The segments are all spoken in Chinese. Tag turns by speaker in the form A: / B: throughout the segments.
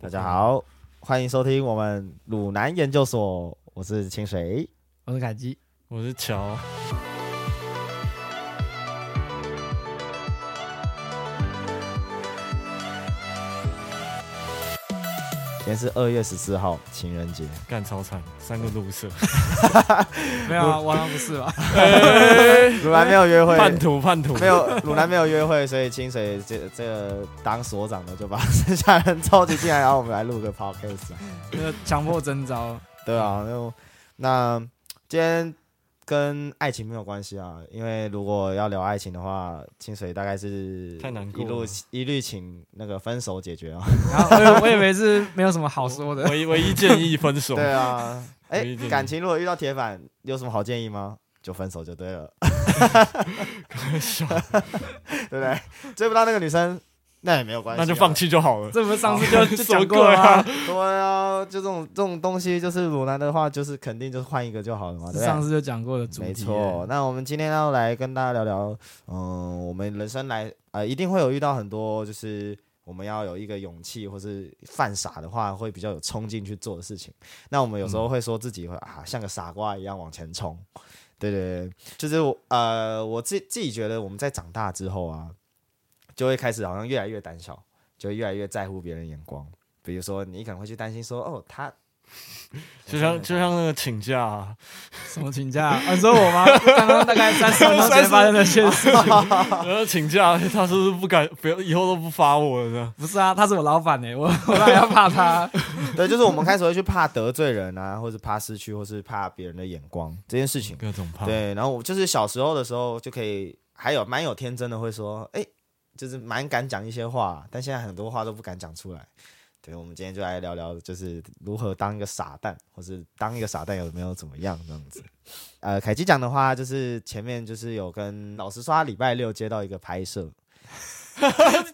A: 大家好，欢迎收听我们鲁南研究所，我是清水。
B: 我是凯基。
C: 我是乔，
A: 今天是二月十四号情人节，
C: 干超惨，三个路色，
B: 没有啊，我好像不是吧？
A: 鲁南没有约会，
C: 叛徒叛徒，
A: 没有鲁南没有约会，所以清水这这个当所长的就把剩下人召集进来，然后我们来录个 podcast 啊。
B: 那个强迫征招，
A: 对啊，那那今天跟爱情没有关系啊，因为如果要聊爱情的话，清水大概是
C: 太难
A: 一
C: 过
A: 路
C: 了。
A: 一律请那个分手解决啊。
B: 然后我以我以为是没有什么好说的。
C: 唯唯一建议分手，
A: 对 啊，哎、
C: 有一点
A: 感情如果遇到铁板，有什么好建议吗？就分手就对 了，对不对？追不到那个女生，那也没有关系、啊
C: 那就放。弃就好了。
B: 这不是上次就就讲
C: 说
B: 过
C: 过
B: 了
C: 啊
B: 吗？
A: 对啊，就这种这种东西，就是鲁南的话，就是肯定就是换一个就好了嘛，对不
B: 上
A: 对？
B: 次就讲过的主题。
A: 没错，，那我们今天要来跟大家聊聊，嗯，我们人生来呃，一定会有遇到很多，就是我们要有一个勇气，或是犯傻的话，会比较有冲劲去做的事情。那我们有时候会说自己会、啊，像个傻瓜一样往前冲。对对对，就是我呃，我自自己觉得我们在长大之后啊，就会开始好像越来越胆小，就会越来越在乎别人眼光。比如说，你可能会去担心说，哦，他
C: 就像就像那个请假、啊，
B: 什么请假？啊你说我吗？刚刚大概三十分钟前发生的现实。
C: 然后呃请假，他是不是不敢，不要以后都不发我了呢？
B: 不是啊，他是我老板呢，我我当然要怕他。
A: 对，就是我们开始会去怕得罪人啊，或是怕失去，或是怕别人的眼光这件事情。
C: 各种怕，
A: 对，然后我就是小时候的时候就可以，还有蛮有天真的会说，哎，就是蛮敢讲一些话，但现在很多话都不敢讲出来。对，我们今天就来聊聊，就是如何当一个傻蛋，或是当一个傻蛋有没有怎么样这样子。呃，凯基讲的话，就是前面就是有跟老师说，他礼拜六接到一个拍摄，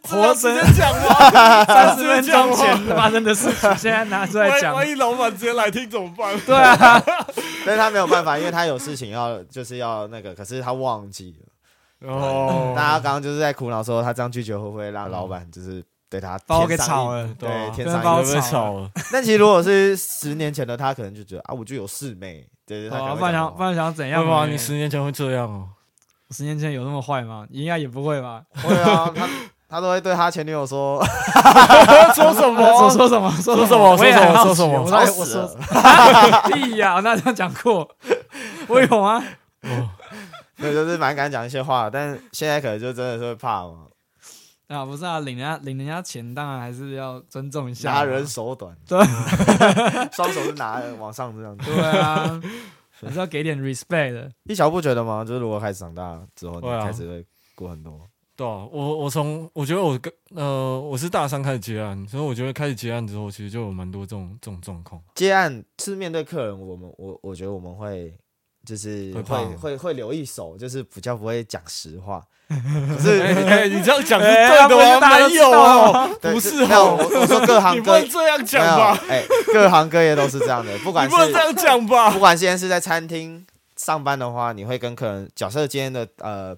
B: 活
C: 直接
B: 生
C: 讲话，
B: 三十分钟前发生的事情，现在拿出来
C: 万
B: 讲。
C: 万一老板直接来听怎么办？
B: 对啊，
A: 但是他没有办法，因为他有事情要，就是要那个，可是他忘记了。
C: 哦，
A: 大家刚刚就是在苦恼说，他这样拒绝会不会让老板就是对他
B: 嗯把我给
A: 添上
B: 炒
A: 一
B: 了。
A: 对
C: 啊
A: 天
B: 上
C: 会
B: 一
C: 不
B: 地
C: 会吵了？
A: 但其实如果是十年前的他，可能就觉得啊，我就有四妹，对对，他可
B: 哦，
A: 能会
B: 不然
A: 讲
B: 想不然想怎
C: 要
B: 样
C: 不
B: 嘛？
C: 然你十年前会这样哦？
B: 十年前有那么坏吗？应该也不会吧？
A: 会啊，他他都会对他前女友说
C: 说什
B: 说
C: 么？
B: 说什么？说
C: 说什么
B: 我也很好奇
C: 说什么
B: 我
C: 说
B: 到
A: 吵
B: 底我
A: 死
B: 说
A: 了，
B: 屁呀！我那这样讲 过，我有吗？
C: 哦
A: 对，就是蛮敢讲一些话，但现在可能就真的是会怕嘛，
B: 啊，不是啊，领人家领人家钱，当然还是要尊重一下嘛。
A: 拿人手短，
B: 啊对，
A: 双手是拿往上这样子。
B: 对 啊，还是要给点 respect 的。
A: 一小不觉得吗？就是如果开始长大之后，你
C: 会啊
A: 开始会过很多，
C: 对啊，我我从我觉得我跟呃我是大三开始接案，所以我觉得开始接案之后，其实就有蛮多这种这种状况。
A: 接案是面对客人，我们我我觉得我们会就是
C: 会怕
A: 会
C: 吗
A: 会会留一手，就是比较不会讲实 话。可是
C: 哎、 哎你这样讲是
B: 哎
C: 对的
B: 啊
C: 吗？
B: 不然就
C: 没有哦，
A: 啊对
C: 不
A: 就是没有我
C: 哦，
A: 我说各
C: 你
A: 行
C: 不
A: 各
C: 能这样讲
A: 没有，
C: 吧？
A: 哎、各行各业都是这样 的，不管
C: 你不能这
A: 是
C: 样讲吧
A: 不？管现在是在餐厅上班的话，你会跟客人，假设今天的呃，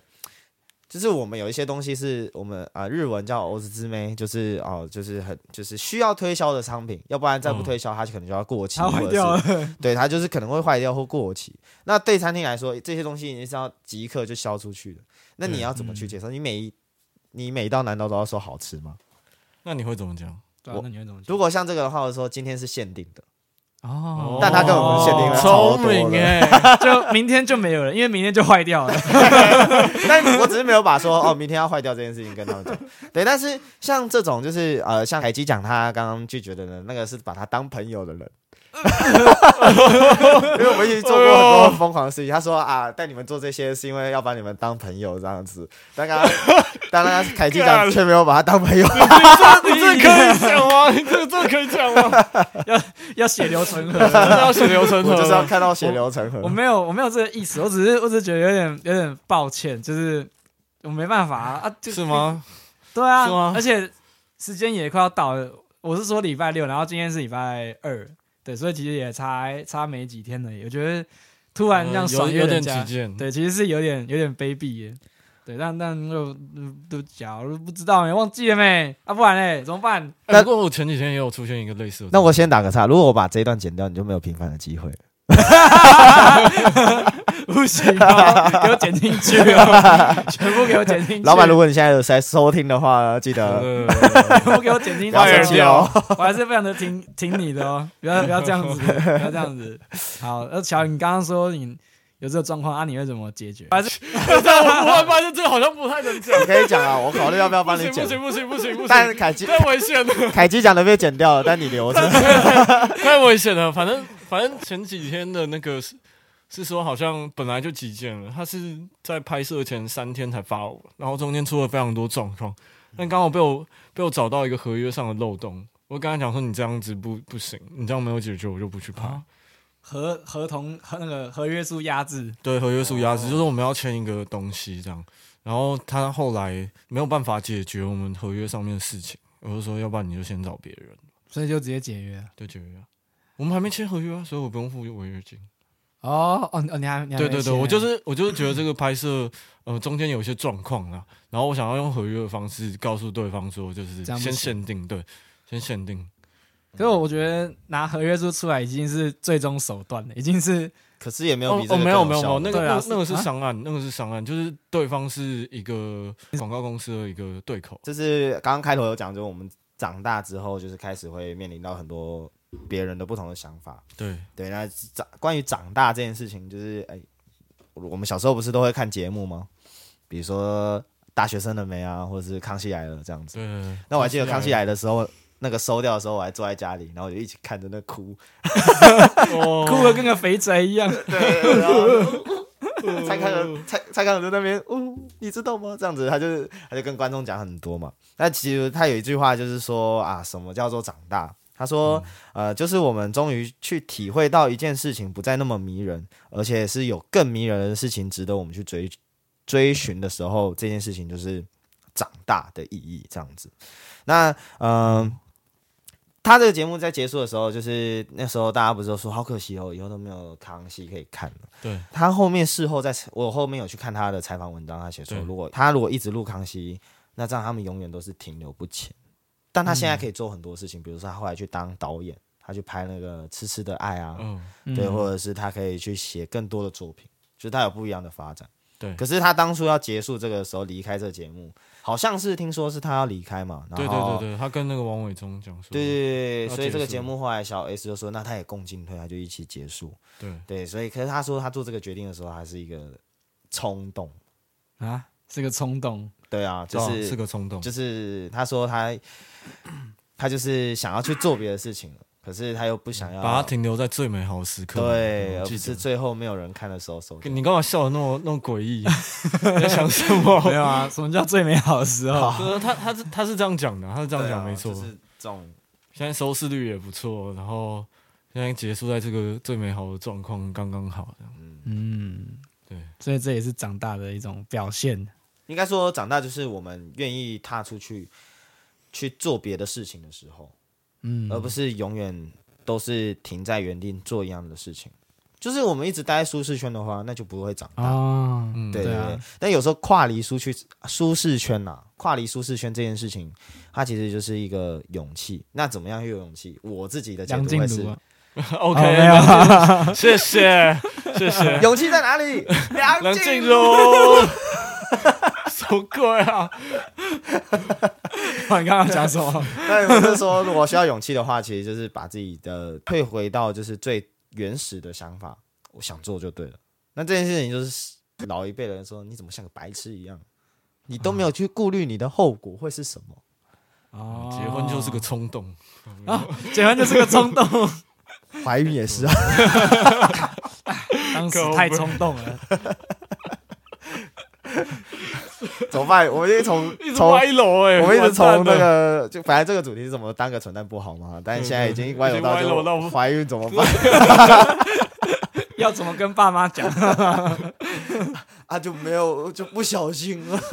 A: 就是我们有一些东西是我们啊、呃日文叫欧子之妹，就是哦、就是很就是需要推销的商品，要不然再不
C: 嗯
A: 推销，它可能就要过期，
B: 他
A: 或
B: 坏
A: 者
B: 掉了
A: 是，对它就是可能会坏掉或过期。那对餐厅来说，这些东西你是要即刻就销出去的，那你
C: 对
A: 要怎么去接受？你每一你每一道难道都要说好吃吗？
C: 那你会怎么讲？
B: 对啊
A: 我，
B: 那你会怎么讲？
A: 如果像这个的话，我说今天是限定的。
B: 哦，
A: 但他根本不是限定啊超
C: 聪
A: 多的
C: 明哎，
B: 就明天就没有了，因为明天就 坏掉了。
A: 但我只是没有把说哦，明天要坏掉这件事情跟他们讲。对，但是像这种就是呃，像海基讲他刚刚拒绝的人，那个是把他当朋友的人。因为我们一起做过很多疯狂的事情，他说啊，带你们做这些是因为要把你们当朋友这样子。但刚刚，但刚刚凯基讲却没有把他当朋友，
C: 你这可以讲吗？你这这可以 讲吗？
B: 要血流成河。
C: 真的要血流成河
A: 我就是要
C: 了。？
A: 看到血流成河
B: 我。没有，我没有这个意思，我只是，我只是觉得有点，有点抱歉，就是我没办法啊，啊就是
C: 吗？
B: 对啊，
C: 是吗
B: 而且时间也快要到了，我是说礼拜六，然后今天是礼拜二，对，所以其实也差差没几天了。我觉得突然这样
C: 嗯有
B: 爽约
C: 呃有
B: 人
C: 点
B: 家，
C: 急件，
B: 对，其实是有点有点卑鄙耶。对，但但又都假如不知道没忘记了没啊，不 然嘞怎么办？呃
C: 哎不过我前几天也有出现一个类似的状况，
A: 那我先打个岔，如果我把这一段剪掉，你就没有平反的机会了。
B: 不行、 哦，给我剪进去哦，全部给我剪进去。
A: 老板，如果你现在有在收听的话，记得
C: 呃，对
B: 全部给我剪进
A: 不
B: 去，
A: 要生气哦。
B: 我还是非常的听听你的哦，不要不要这样子，不要这样子。好，那乔，你刚刚说你有这个状况啊，你会怎么解决？还是
C: 我忽然发现这个好像不太能讲，
A: 你可以讲啊，呃 我考虑要不要
C: 不
A: 帮你
C: 行
A: 剪
C: 不。行不行不行不
A: 但
C: 行，
A: 凯基
C: 太危险了。
A: 凯基讲的被剪掉了，但你留着。
C: 太危险了。反正反正前几天的那个是是说好像本来就急件了，他是在拍摄前三天才发我，然后中间出了非常多状况，但刚好被我被我找到一个合约上的漏洞。我跟他讲说你这样子不不行，你这样没有解决，我就不去拍。
B: 合合同和那个合约书压制？
C: 对，合约束压制，就是我们要签一个东西这样。然后他后来没有办法解决我们合约上面的事情，我就说要不然你就先找别人，
B: 所以就直接解约了。
C: 对解约啊。我们还没签合约啊，所以我不用付违约金。
B: 哦哦哦，你还你还没
C: 对对对，
B: 签
C: 我就是我就是觉得这个拍摄，呃，中间有一些状况啊，然后我想要用合约的方式告诉对方说，就是
B: 这样不
C: 先
B: 行
C: 限定，对，先限定，
B: 可是我觉得拿合约书出来已经是最终手段了，已经是
A: 可是也没有
C: 哦
A: 比这
C: 哦，
A: 个
C: 没有没有没有，
A: 更
C: 那
A: 效
C: 个
B: 对啊
C: 那
B: 是
C: 那个是
B: 啊
C: 商案，那个是商案，就是对方是一个广告公司的一个对口，啊
A: 就是刚刚开头有讲，就是我们长大之后，就是开始会面临到很多别人的不同的想法。
C: 对，
A: 对，那长关于长大这件事情，就是哎、我们小时候不是都会看节目吗？比如说《大学生了没》啊，或者是《康熙来了》这样子。
C: 对对对。
A: 那我还记得《康熙来了》的时候，那个收掉的时候，我还坐在家里，然后我就一起看着那哭，
C: 哦
B: 哭的跟个肥宅一样。
A: 对，然后嗯蔡康永蔡蔡康永在那边，哦，你知道吗？这样子，他就是他就跟观众讲很多嘛。那其实他有一句话就是说啊，什么叫做长大？他说，呃，就是我们终于去体会到一件事情不再那么迷人，而且是有更迷人的事情值得我们去追追寻的时候，这件事情就是长大的意义。这样子，那嗯。呃他这个节目在结束的时候，就是那时候大家不是都说好可惜哦，以后都没有康熙可以看了。
C: 对，
A: 他后面事后在我后面有去看他的采访文章，他写说，
C: 对
A: 如果他如果一直录康熙，那这样他们永远都是停留不前。但他现在可以做很多事情，比如说他后来去当导演，他去拍那个《痴痴的爱》啊，
C: 嗯，
A: 对，
B: 嗯
A: 或者是他可以去写更多的作品，就是他有不一样的发展。
C: 对
A: 可是他当初要结束这个时候离开这个节目，好像是听说是他要离开嘛，然
C: 对
A: 后
C: 对对对，他跟那个王伟忠讲说，
A: 对对对，
C: 要
A: 所以
C: 结
A: 这个
C: 束
A: 节目后来小 S 就说，那他也共进退，他就一起结束。
C: 对
A: 对，所以可是他说他做这个决定的时候还是一个冲动，
B: 啊，是个冲动。
A: 对啊，就
C: 对啊
A: 是、
C: 是个冲动，
A: 就是他说他他就是想要去做别的事情了，可是他又不想要
C: 把它停留在最美好的时刻，
A: 啊对，
C: 我
A: 而不
C: 记
A: 是
C: 得。
A: 最后没有人看的时候收掉。
C: 你干嘛笑的那么那么 诡异？你在想什么？
B: 没有啊，什么叫最美好的时候？
C: 对，他他是他是这样讲的，他是这样
A: 对
C: 讲、
A: 啊
C: 没错。
A: 就是这种
C: 现在收视率也不错，然后现在结束在这个最美好的状况，刚刚好这样。
B: 嗯，
C: 对，
B: 所以这也是长大的一种表现。
A: 应该说长大就是我们愿意踏出去去做别的事情的时候，
B: 嗯，
A: 而不是永远都是停在原地做一样的事情。就是我们一直待在舒适圈的话，那就不会长大。
B: 哦，
C: 嗯，
A: 对
B: 对
A: 对
B: 啊
A: 对，但有时候跨离舒去舒适圈呐、跨离舒适圈这件事情，它其实就是一个勇气。那怎么样有勇气？我自己的解
B: 梁
A: 读
B: 静
A: 会是
B: 茹、啊，
C: ，OK，、
B: 哦没有啊
C: 谢谢谢谢
A: 勇气在哪里？梁
C: 梁
A: 静
C: 静
A: 茹。
C: 茹，什么鬼啊？
B: 哦你刚刚讲 什么？
A: 那我是说，如果需要勇气的话，其实就是把自己的退回到就是最原始的想法，我想做就对了。那这件事情就是老一辈人说，你怎么像个白痴一样？你都没有去顾虑你的后果会是什么？嗯
B: 哦，
C: 结婚就是个冲动，
B: 结婚就是个 冲动，
A: 怀孕也是啊，
B: 当时太冲动了。
A: 怎么办？我们一直从
C: 一直
A: 从
C: 歪楼 哎、
A: 我们一直从那
C: 完蛋了嗯
A: 个，就反正这个主题是怎么当个蠢蛋不好嘛，但现在已经歪
C: 已
A: 楼
C: 经
A: 到
C: 歪楼到
A: 就怀孕怎么办
B: 要怎么跟爸妈讲？
A: 啊？就没有就不小心了。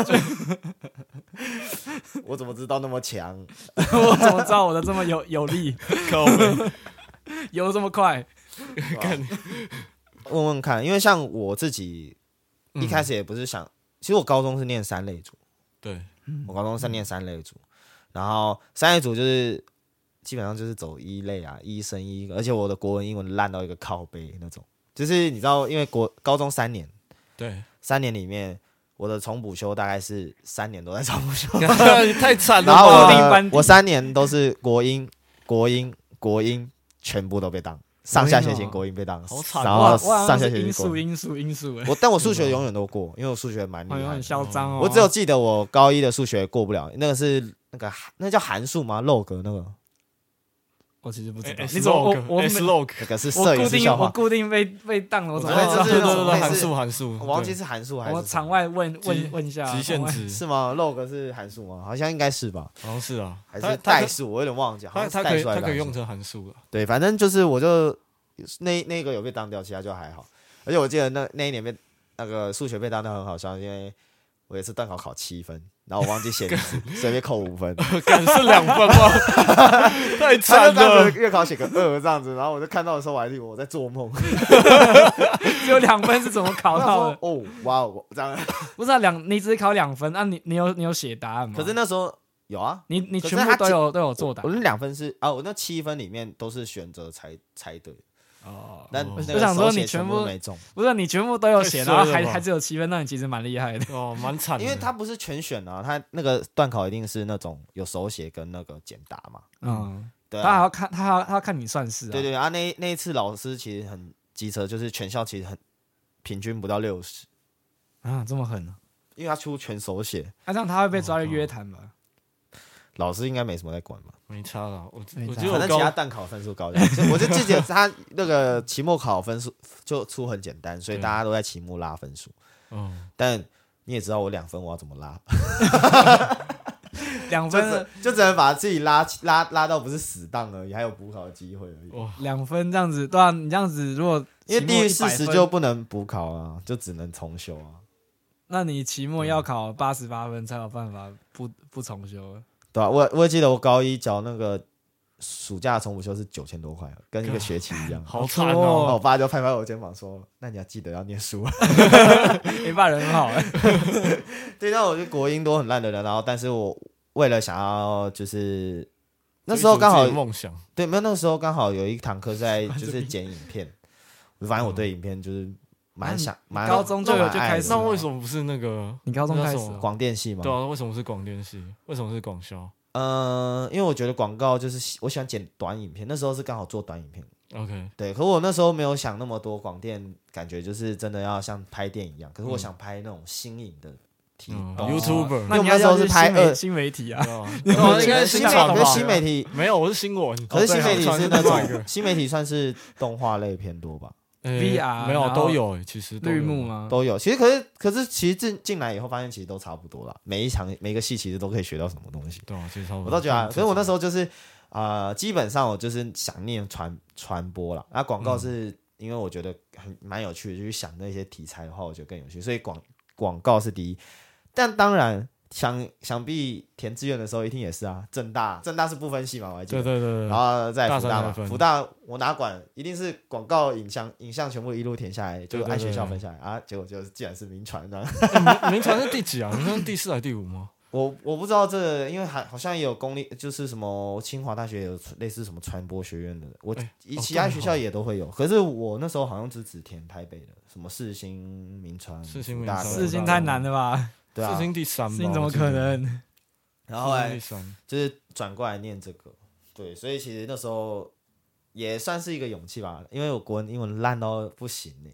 A: 我怎么知道那么 强？
B: 我怎么知道我的这么有有力，
C: 靠北
B: 游得这么快？
C: 干
A: 问问看，因为像我自己
C: 嗯
A: 一开始也不是想其实我高中是念三类组，
C: 对，
A: 我高中是念三类组，然后三类组就是基本上就是走一类啊，一升一，而且我的国文、英文烂到一个靠背那种，就是你知道，因为国高中三年，
C: 对，
A: 三年里面我的重补修大概是三年都在重补 修，
C: 太惨了
A: 然后
B: 我
A: 我
B: 定
A: 的
B: 班底
A: 我三年都是国英、国英、国英全部都被当，上下学
B: 国英
A: 前
B: 哦
A: 国英被当，
C: 好惨
A: 然
B: 哇
A: 后
B: 哇，
A: 上下学
B: 因
A: 前
B: 素
A: 国英，
B: 因素因素，哎，
A: 我但我 数学永远都过，因为我数学蛮厉
B: 好像
A: 害
B: 很
A: 的。
B: 嚣张哦。
A: 我只有记得我高一的数学过不了，那个是那个那叫函数吗？漏格那个
B: 我其实不
A: 哎
B: 知道，你
C: s
B: 怎么
C: log
B: 我我
C: s
B: 每
C: log，
A: 那个是
B: 我
A: 摄
B: 固
A: 影师
B: 定
A: 笑
B: 我
A: 话，
B: 固定被被当了，我怎么
A: 我知道这
B: 会知
A: 是
C: 对
A: 那
C: 对
A: 种
C: 对，
A: 类似
C: 函数函数，
A: 我忘记
C: 对
A: 是函数还是
B: 我
A: 什
B: 场
A: 么
B: 外问
C: 极
B: 问问一下，
C: 极限
B: 场外
C: 值，
A: 是吗？漏格是函数吗？好像应该是吧，
C: 好像是啊，
A: 还
C: 它
A: 是
C: 它
A: 代
C: 可
A: 数？我有点忘记，好
C: 它
A: 像是
C: 它可
A: 代
C: 以
A: 数还
C: 它
A: 是
C: 可
A: 函数
C: 以用成函数了，
A: 对，反正就是我就那那个有被当掉，其他就还好。而且我记得那那一年被那个数学被当掉很好笑，因为我有一次段考考七分，然后我忘记写名字，所以被扣五 分。
C: 敢是两分吗？
A: 他
C: 太惨
A: 就这样
C: 了，
A: 子月考写个二这样子，然后我就看到的时候我还以为我在做梦，
B: 只有两分是怎么考
A: 我想
B: 到
A: 说
B: 的？
A: 哦哇哦我这样。
B: 不是啊，两你只考两分，啊那你你有你有写答案吗？
A: 可是那时候有啊，
B: 你你
A: 可
B: 全
A: 是
B: 部
A: 他
B: 都
A: 记
B: 有都有作答
A: 我那两分是啊，我那七分里面都是选择猜猜对，
B: 哦，
A: 但
C: 哦
A: 那个
B: 我想说
A: 手写
B: 你全
A: 全
B: 部
A: 部都没中，
B: 不是啊你全部都有写，
C: 太衰
B: 然
C: 了
B: 后还
C: 吧
B: 还只有七分，那你其实蛮厉害的。
C: 哦，蛮惨的，
A: 因为他不是全选啊，他那个段考一定是那种有手写跟那个简答嘛。
B: 嗯，
A: 对啊，
B: 他还要看他还要他要看你算式啊。
A: 对对啊，那那一次老师其实很机车，就是全校其实很平均不到六十，
B: 啊，这么狠啊！
A: 因为他出全手写，
B: 那这样他会被抓去约谈吧？
A: 老师应该没什么在管嘛。
C: 没差了，我
B: 没
C: 我
B: 差
C: 觉
A: 反
C: 得我
A: 正其他
C: 高
A: 段考分数高这样，就我就记得他那个期末考分数就出很简单，所以
B: 啊
C: 对
A: 大家都在期末拉分数。
C: 嗯，
A: 但你也知道我两分我要怎么拉，
B: 两
A: 就
B: 分
A: 只就只能把自己拉拉拉到不是死档而已，还有补考的机会而已。
C: 哇，
B: 两分这样子，对啊，你这样子如果
A: 因为
B: 期末
A: 低于
B: 100
A: 四十
B: 分
A: 就不能补考啊，就只能重修啊。
B: 那你期末要考八十八分才有办法不不重修。
A: 对啊，我我也记得我高一缴那个暑假重补修是九千多块，跟一个学期一样。
C: 好惨
B: 好多
C: 哦，
B: 哦
A: 然后我爸就拍拍我肩膀说：“那你要记得要念书。
B: 你爸人很好哎、”
A: 对，那我就国英都很烂的人，然后但是我为了想要就是那时候刚好
C: 追逐自己的梦想，
A: 对，没有那个时候刚好有一堂课是在就是剪影片，我发现我对影片就是蛮想蛮
B: 高中就有
A: 蛮
B: 就
A: 爱
B: 开始
A: 的
C: 那为什么不是那个？
B: 你高中开始
C: 那什么
B: 哦、
A: 广电系嘛
C: 对，啊，为什么是广电系？为什么是广销
A: 嗯，因为我觉得广告就是喜我喜欢剪短影片，那时候是刚好做短影片。
C: ？OK，
A: 对，可我那时候没有想那么多，广电感觉就是真的要像拍电影一样。可是我想拍那种新颖的哦题
C: 嗯
A: 东
B: 有
A: 西，
C: ，YouTuber，
B: 那
A: 因为
B: 你
A: 我们那时候
B: 要去
A: 是拍
B: 新媒
A: 二
B: 新媒体啊，
C: 对啊
A: 对
C: 那我应
A: 可
C: 该
A: 是
C: 是
A: 新
C: 新
A: 媒
C: 场
A: 可
C: 吧
A: 是？新媒体，
C: 没有，我是新闻。
A: 可是新媒体是那
C: 哦对
A: 种新媒体算是动画类偏多吧，
C: 呃
B: VR
C: 没有
B: 然后
C: 都有欸，其实都有
B: 绿幕？吗？
A: 都有。其实可是可是其实进进来以后发现其实都差不多啦，每一场每一个戏其实都可以学到什么东西，
C: 对啊，其实差不多。
A: 我都觉得啊。所以我那时
C: 候
A: 候就是呃，基本上我就是想念传传播啦，那广告
C: 嗯
A: 是因为我觉得很蛮有趣的，就是想那些题材的话，我觉得更有趣，所以广广告是第一。但当然，想想必填志愿的时候一定也是啊，正大正大是不分系嘛，我还记得。
C: 对对对，
A: 然后再
C: 大
A: 福
C: 三
A: 大
C: 才
A: 嘛，
C: 分
A: 福大我哪管，一定是广告、影像、影像全部一路填下来，
C: 对
A: 就
C: 对
A: 按学校
C: 对
A: 分下来啊。结果就是既然是名传的，
C: 对，名传是第几啊？名传是第四还是第五吗？
A: 我我不知道这个因为还好像也有公立，就是什么清华大学有类似什么传播学院的，我
C: 哎
A: 以
C: 哦
A: 其他
C: 对
A: 学
C: 哦
A: 校也都会有。可是我那时候好像只只填台北的，什么世新、名传、
C: 世新
A: 福
C: 名
A: 大
C: 传
A: 跟
B: 事情太难了吧？
A: 对啊
C: 世。新第三 吧
B: 事情怎么可？能？
A: 然后后
C: 世
A: 来
C: 新第三，
A: 就是转过来念这个，对，所以其实那时候也算是一个勇气吧，因为我国文、英文烂到不行呢、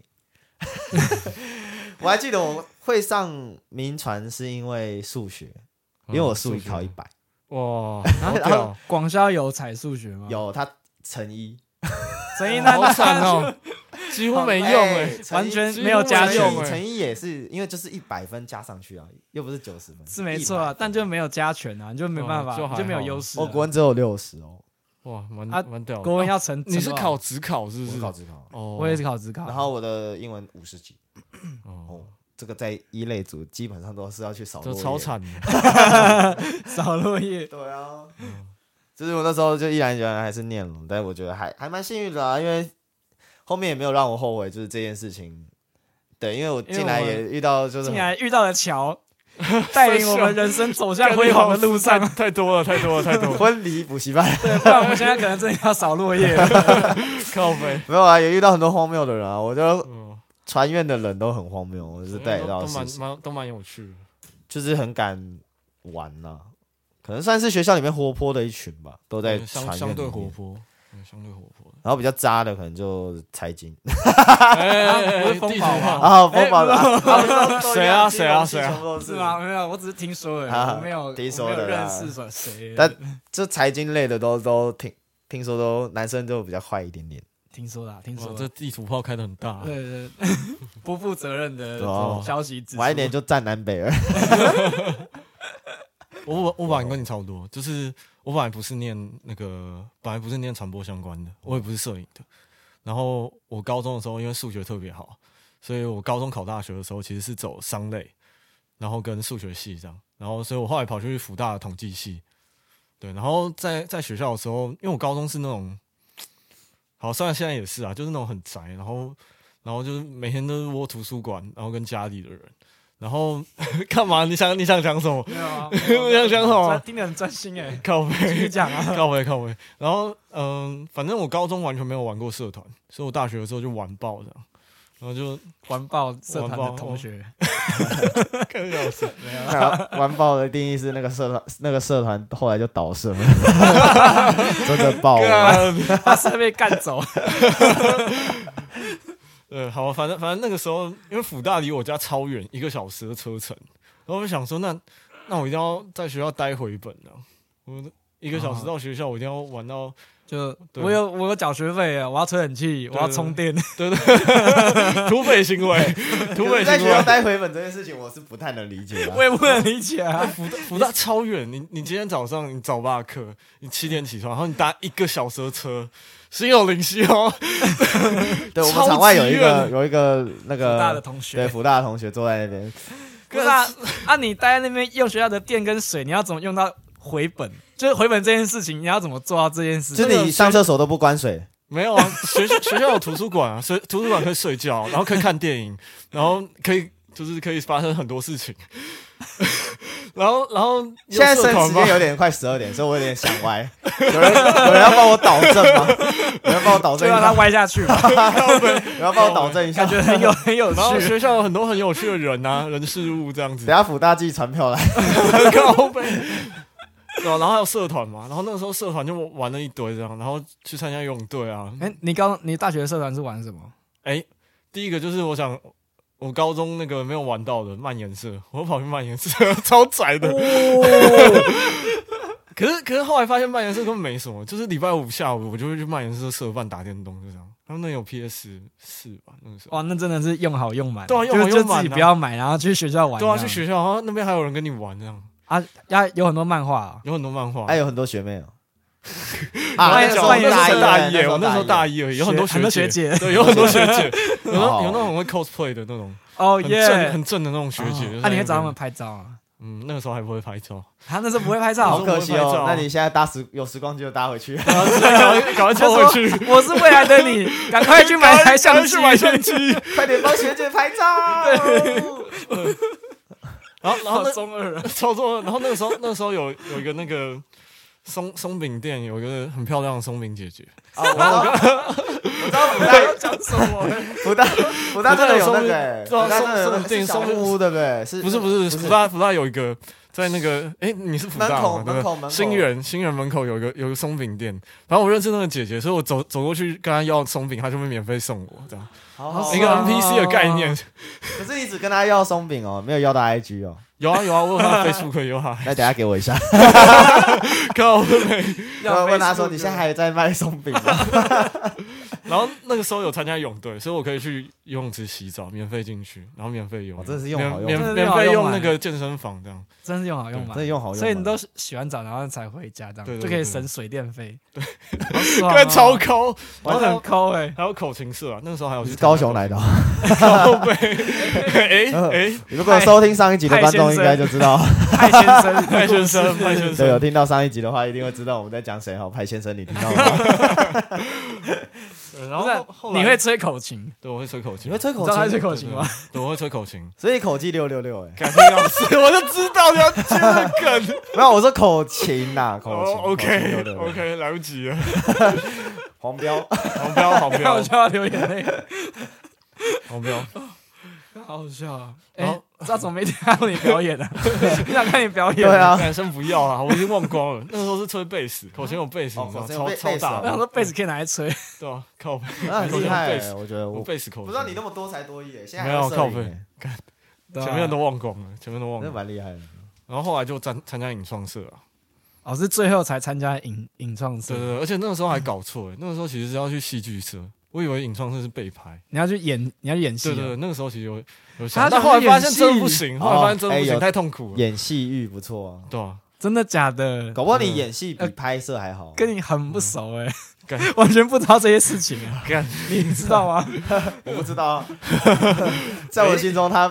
A: 我还记得我会上民传是因为数学，因为我数一考一
C: 一
A: 百，
C: 嗯哇，
B: 然后
C: 对 啊，
B: 广校有采数学吗？，
A: 有它乘一，
B: 所以哎那
C: 好惨
B: 那
C: 哦，几乎没用哎
A: 哎，乘
B: 欸完
A: 一
B: 全欸
C: 几乎
B: 没有加
C: 没
B: 权
A: 乘一
C: 用哎
A: 乘一也是因为就是一百分加上去啊，又不是九十分，
B: 是没错啊
A: 100，
B: 但就没有加权啊，你就没办法，
C: 哦就还
B: 你
C: 好
B: 就没有优势啊。
A: 我国文只有六十哦，
C: 哇，蛮
B: 啊
C: 蛮屌的。哦
B: 国文要成，
C: 你是
B: 成多少
C: 考职考是不
A: 我
C: 是？
A: 考只考，
C: 哦，
B: 我也是考职考，
A: 然后我的英文五十几，
C: 哦，
A: 这个在一类组基本上都是要去扫
C: 这
A: 落
C: 超
A: 叶。
C: 惨的，
B: 扫落叶。
A: 对啊，就是我那时候就毅然决然还是念了，但是我觉得还还蛮幸运的啊，因为后面也没有让我后悔，就是这件事情对，因为我
B: 因为
A: 进来
B: 我
A: 也遇到就是
B: 进
A: 很
B: 来遇到了 乔，带领我们人生走向辉煌的路上
C: 太。 太多了，太多了，太 多了，
A: 婚礼补习班，
B: 对，不然我们现在可能真的要扫 落叶了。
C: 靠背。
A: 没有啊，也遇到很多荒谬的人啊。我觉得
C: 嗯，
A: 船员的人都很荒谬，我是带到
C: 都
A: 的
C: 蛮
A: 事情，
C: 蛮都蛮有趣的。
A: 就是很敢玩呐、可能算是学校里面活泼的一群吧，都在
C: 嗯
A: 船
C: 相
A: 员
C: 相对
A: 里
C: 活
A: 面
C: 泼，嗯相对活泼。
A: 然后比较渣的可能就财经，
C: 哎
B: 不是风暴吧
A: 然后风暴的
B: 哎
A: 啊他们都
C: 谁啊
A: 都一样
C: 谁
A: 金
C: 啊
A: 融系
C: 谁啊
A: 全部都
B: 是吗？没有，我只是听说而已，
A: 啊
B: 我没有
A: 听说的
B: 我
A: 啦
B: 没有认识什么谁。
A: 但这财经类的都都听听说都男生都比较坏一点点，
B: 听说的啊，听说
C: 哇，
B: 的
C: 哦这地图炮开的很大。
B: 对对 对，不负责任的这种消息指出
A: 哦晚一点就占南北了。
C: 我我我本来跟你差不多，就是我本来不是念那个，本来不是念传播相关的，我也不是摄影的。然后我高中的时候，因为数学特别好，所以我高中考大学的时候其实是走商类，然后跟数学系这样。然后，所以我后来跑去辅大的统计系。对，然后在在学校的时候，因为我高中是那种，好，虽然现在也是啊，就是那种很宅，然后然后就是每天都是窝图书馆，然后跟家里的人，然后 干嘛？你想你想讲什么？
B: 没有啊，
C: 我想讲什么
B: 听得很专心哎，
C: 靠
B: 继续
C: 背，
B: 讲啊。
C: 靠背，靠背。然后，嗯、反正我高中完全没有玩过社团，所以我大学的时候就玩爆这样，然后就
B: 完爆社团的同学，
C: 更要 死。
B: 没有啊，
A: 那完爆的定义是那个社团，那个社团后来就倒社了，真的爆了。
C: 干
B: 他是被干走。
C: 呃，好，反正反正那个时候，因为辅大离我家超远，一个小时的车程，然后我就想说，那那我一定要在学校待回本啊！我一个小时到学校，我一定要玩到，
B: 就
C: 对
B: 我有我有缴学费啊，我要吹冷气，我要 充电，
C: 对对，土匪行为，土
A: 可
C: 匪
A: 是在
C: 行
A: 学校
C: 为。
A: 待回本这件事情，我是不太能理解的
B: 我。也不能理解啊。
C: 福大福大超远，你你今天早上你早八课，你七点起床，然后你搭一个小时的车，心有灵犀哦。
A: 对我
C: 超
A: 们
C: 级
A: 场外有一个
C: 远
A: 有一个那
B: 福大的
A: 个
B: 同
A: 对
B: 学，
A: 福大的同学坐在那边，
B: 不是啊，啊，你待在那边用学校的电跟水，你要怎么用到回本？就是回本这件事情，你要怎么做到这件事
A: 就
B: 情？
A: 是你上厕所都不关水，
C: 没有啊，学校学校有图书馆啊，所以图书馆可以睡觉，然后可以看电影，然后可以就是可以发生很多事情。然后然后有
A: 现在
C: 社
A: 生
C: 团
A: 时
C: 吗
A: 间有点快十二点，所以我有点想歪。有人 有人要帮我导正吗？有人帮我导
B: 就
A: 正一
B: 啊让他
A: 下，
B: 歪下 去吧，
A: 有人帮我导正一下
B: 感。觉很有很有
C: 然后
B: 趣。
C: 学校有很多很有趣的人啊，人事物这样 子
A: 等。下辅大寄传票来，
C: 高背。对啊、然后还有社团嘛，然后那个时候社团就玩了一堆这样，然后去参加游泳队啊。
B: 哎，你刚你大学社团是玩什么？
C: 哎，第一个就是我想，我高中那个没有玩到的蔓延社，我跑去蔓延社， 超窄的。哦可是可是后来发现蔓延社根本没什么，就是礼拜五下午我就会去蔓延社社办打电动，就这样。他们那有 PS 四吧，那个时候。
B: 哇，那真的是用好用满，
C: 对啊
B: 就
C: 用好
B: 就
C: 用满
B: 自
C: 啊
B: 己不要买，然后去学校玩这
C: 对啊，
B: 样。
C: 去学校，然后那边还有人跟你玩，这样
B: 啊，要有很多漫画啊，
C: 有很多漫画。
A: 还有很多学妹哦。啊
C: 我
B: 那
C: 跟
A: 那
C: 你
B: 时
A: 时
B: 候
C: 讲
A: 候
C: 我
B: 大一
C: 哎那时
A: 大
C: 候大一耶，我那时候大
A: 一，
C: 一而已，有很多
B: 很多学
C: 学
B: 姐。
C: 对，有很多学 姐，有那
A: 哦
C: 有那种会 cosplay 的那种，
B: 哦
C: 很正
B: 耶！
C: 很正的那种学姐。就在
B: 那你会
C: 边
B: 找他们？拍照啊？
C: 嗯，那个时候还不会拍照，
B: 他那时候不会拍
A: 好
B: 照，
A: 可惜
C: 我们会
A: 哦
C: 拍照。
A: 那你现在搭时有时光机就搭回去，
C: 赶快 赶快 抽回去，
B: 我是未来的 你，赶快去买台相机
C: 赶。快去买相机。
A: 快点帮学姐拍照。
C: 然后然后那
B: 中 二啊，
C: 操作，然后那个时候那个时候有有一个那个松松饼店，有一个很漂亮的松饼姐姐，
A: 啊，我知道，我知道福
B: 我要
A: 大
B: 讲什么？
A: 福 大福大真的有那个欸，
C: 对啊
A: 福大真的有那
C: 松松
A: 个
C: 饼
A: 是小木屋对不对？是
C: 不是不是福大福大有一个。在那个，哎、你是福大
A: 门口
C: 吗？对
A: 门
C: 不
A: 口
C: 对
A: 门口
C: 新园新园门口有一个有一个松饼店，然后我认识那个姐姐，所以我走走过去跟她要松饼，她就会免费送我这样。
A: 好好
B: 哦
C: 一
A: 玩
C: 个
B: 是啊
C: NPC 的概
A: 哦
C: 念。
A: 可是你只跟他要松饼哦，没有要到 IG 哦。
C: 有啊有啊，我有他 Facebook 有 啊，
A: 那等下给我一 下，
C: 靠背。
A: 我
B: 要
A: 问他说你现在还在卖松饼吗？
C: 然后那个时候有参加泳队，所以我可以去游泳池洗澡，免费进去，然后免费游泳，
A: 哦真的是用好用
C: 免
B: 真
C: 免
B: 的是用
C: 免
B: 好
C: 费
B: 用
C: 用
B: 啊
C: 那个健身房这样。
B: 真是用好用
A: 真
B: 满
A: 的，用好用吗，
B: 所以你都是洗完澡然后才回家，
C: 对
B: 这样
C: 对
B: 就
C: 对
B: 可以省水电费。对，好爽
C: 对，
B: 哦
C: 超，抠，然
B: 我
C: 后还
B: 很
C: 有
B: 抠 哎。
C: 还有口琴社啊，那个时候还有
A: 你
C: 去
A: 是高雄来的 嗯哦。
C: 靠 背，哎哎，
A: 如果有收听上一集 的观众应该就知道，
B: 派先生，
C: 派先生派先
A: 对，有
C: 生，
A: 哦听到上一集的话一定会知道我们在讲谁哈。派先生，你听到了吗？
C: 对然
B: 不
C: 后
B: 是
C: 后后来
B: 你会吹口琴，
C: 对我会吹口琴，
A: 你会吹
B: 你
A: 口
B: 知道他会
A: 琴？
B: 吹口琴吗？
C: 对？对我会吹口琴，
A: 所以口技六六六哎，
C: 感谢老师，我就知道你要接这梗。
A: 没有，我说口琴呐，口琴。
C: 哦
A: 口琴
C: ，OK
A: 666
C: OK，来不及了，
A: 黄标，
C: 黄标黄
B: 看我
C: 标
B: 就要流眼泪，
C: 黄标。
B: 好好笑啊！
C: 然
B: 哎
C: 后，
B: 知道怎么没听到你表演啊？你想看你表演？
A: 对，啊，
C: 男生不要啊，我已经忘光了。那个时候是吹贝斯，口琴有贝斯，
A: 哦
C: 你知道
A: 口琴有
C: 超
A: 贝
C: 超大
B: 我想
C: 的，
B: 说贝斯可以啊拿来吹，
C: 对啊，靠背，
A: 那很厉害
C: 口琴有贝斯
A: 欸，我觉得
C: 我
A: 我
C: 贝斯口琴，
A: 不知道你那么多才多艺欸，现在
C: 没有
A: 还摄影
C: 靠背
A: 欸
B: 对啊
C: 前面都忘光了，前面都忘
B: 啊
A: 真的
C: 光了。
A: 蛮厉害的。
C: 然后后来就参参加影创社啊，
B: 哦是最后才参加影影创
C: 对
B: 社
C: 对，，对而且那个时候还搞错欸，那个时候其实是要去戏剧社，我以为影创社是被拍。
B: 你要去演，你要去演
C: 对
B: 戏啊，
C: 对对，那个时候其实有有想，
B: 他想
C: 但后来发现
B: 演戏
C: 真的不行，后来发现真的不
A: 哦哎
C: 行，
A: 有
C: 太痛苦了。
A: 演戏欲不错啊，
C: 对啊，
B: 真的假的？
A: 搞不好你演戏比拍摄还好。
B: 跟你很不熟 哎、
C: 干
B: 完全不知道这些事情 啊，
C: 干
B: 你知道吗？
A: 我不知道 啊，在我心中他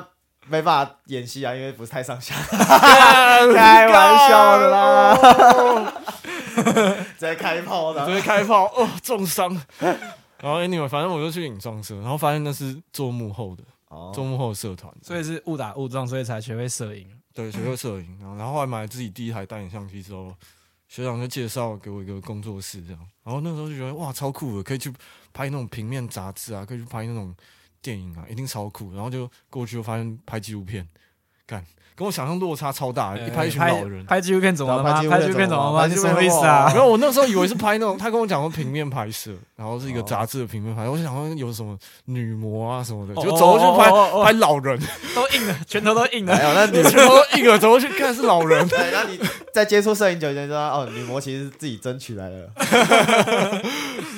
A: 没办法演戏啊，因为不是太上 下。开玩笑的 啦，在开炮
C: 直
A: 的。
C: 接开炮，哦，重伤。然后 anyway，反正我就去影创社，然后发现那是做幕后的，
A: 哦
C: 做幕后的社团，
B: 所以是误打误撞，所以才学会摄影。
C: 对，学会摄影，然后然后后来买了自己第一台单眼相机之后，学长就介绍给我一个工作室这样，然后那时候就觉得哇超酷的，可以去拍那种平面杂志啊，可以去拍那种电影啊，一定超酷。然后就过去就发现拍纪录片，看跟我想象落差超大，啊一拍一群老人。
B: 呃拍纪录片怎么了吗？
A: 对啊
B: 拍
A: 拍纪
B: 纪录
A: 录片
B: 片怎
A: 怎
B: 么
A: 么
B: 了吗？
A: 了
B: 你
A: 拍纪录
B: 什
A: 片
B: 么意思
C: 然
B: 啊？
C: 后我那时候以为是拍那种，他跟我讲说平面拍摄，然后是一个
A: 哦
C: 杂志的平面拍摄，我就想说有什么女模啊什么的，
B: 哦
C: 就走过去拍
B: 哦哦哦哦
C: 拍老人，
B: 都硬了，拳头都硬
A: 没
B: 了。
A: 有，那 女
C: 然后一个走过去看是老人，
A: 对，哎那你在接触摄影久一点，就知道哦，女模其实是自己争取来的。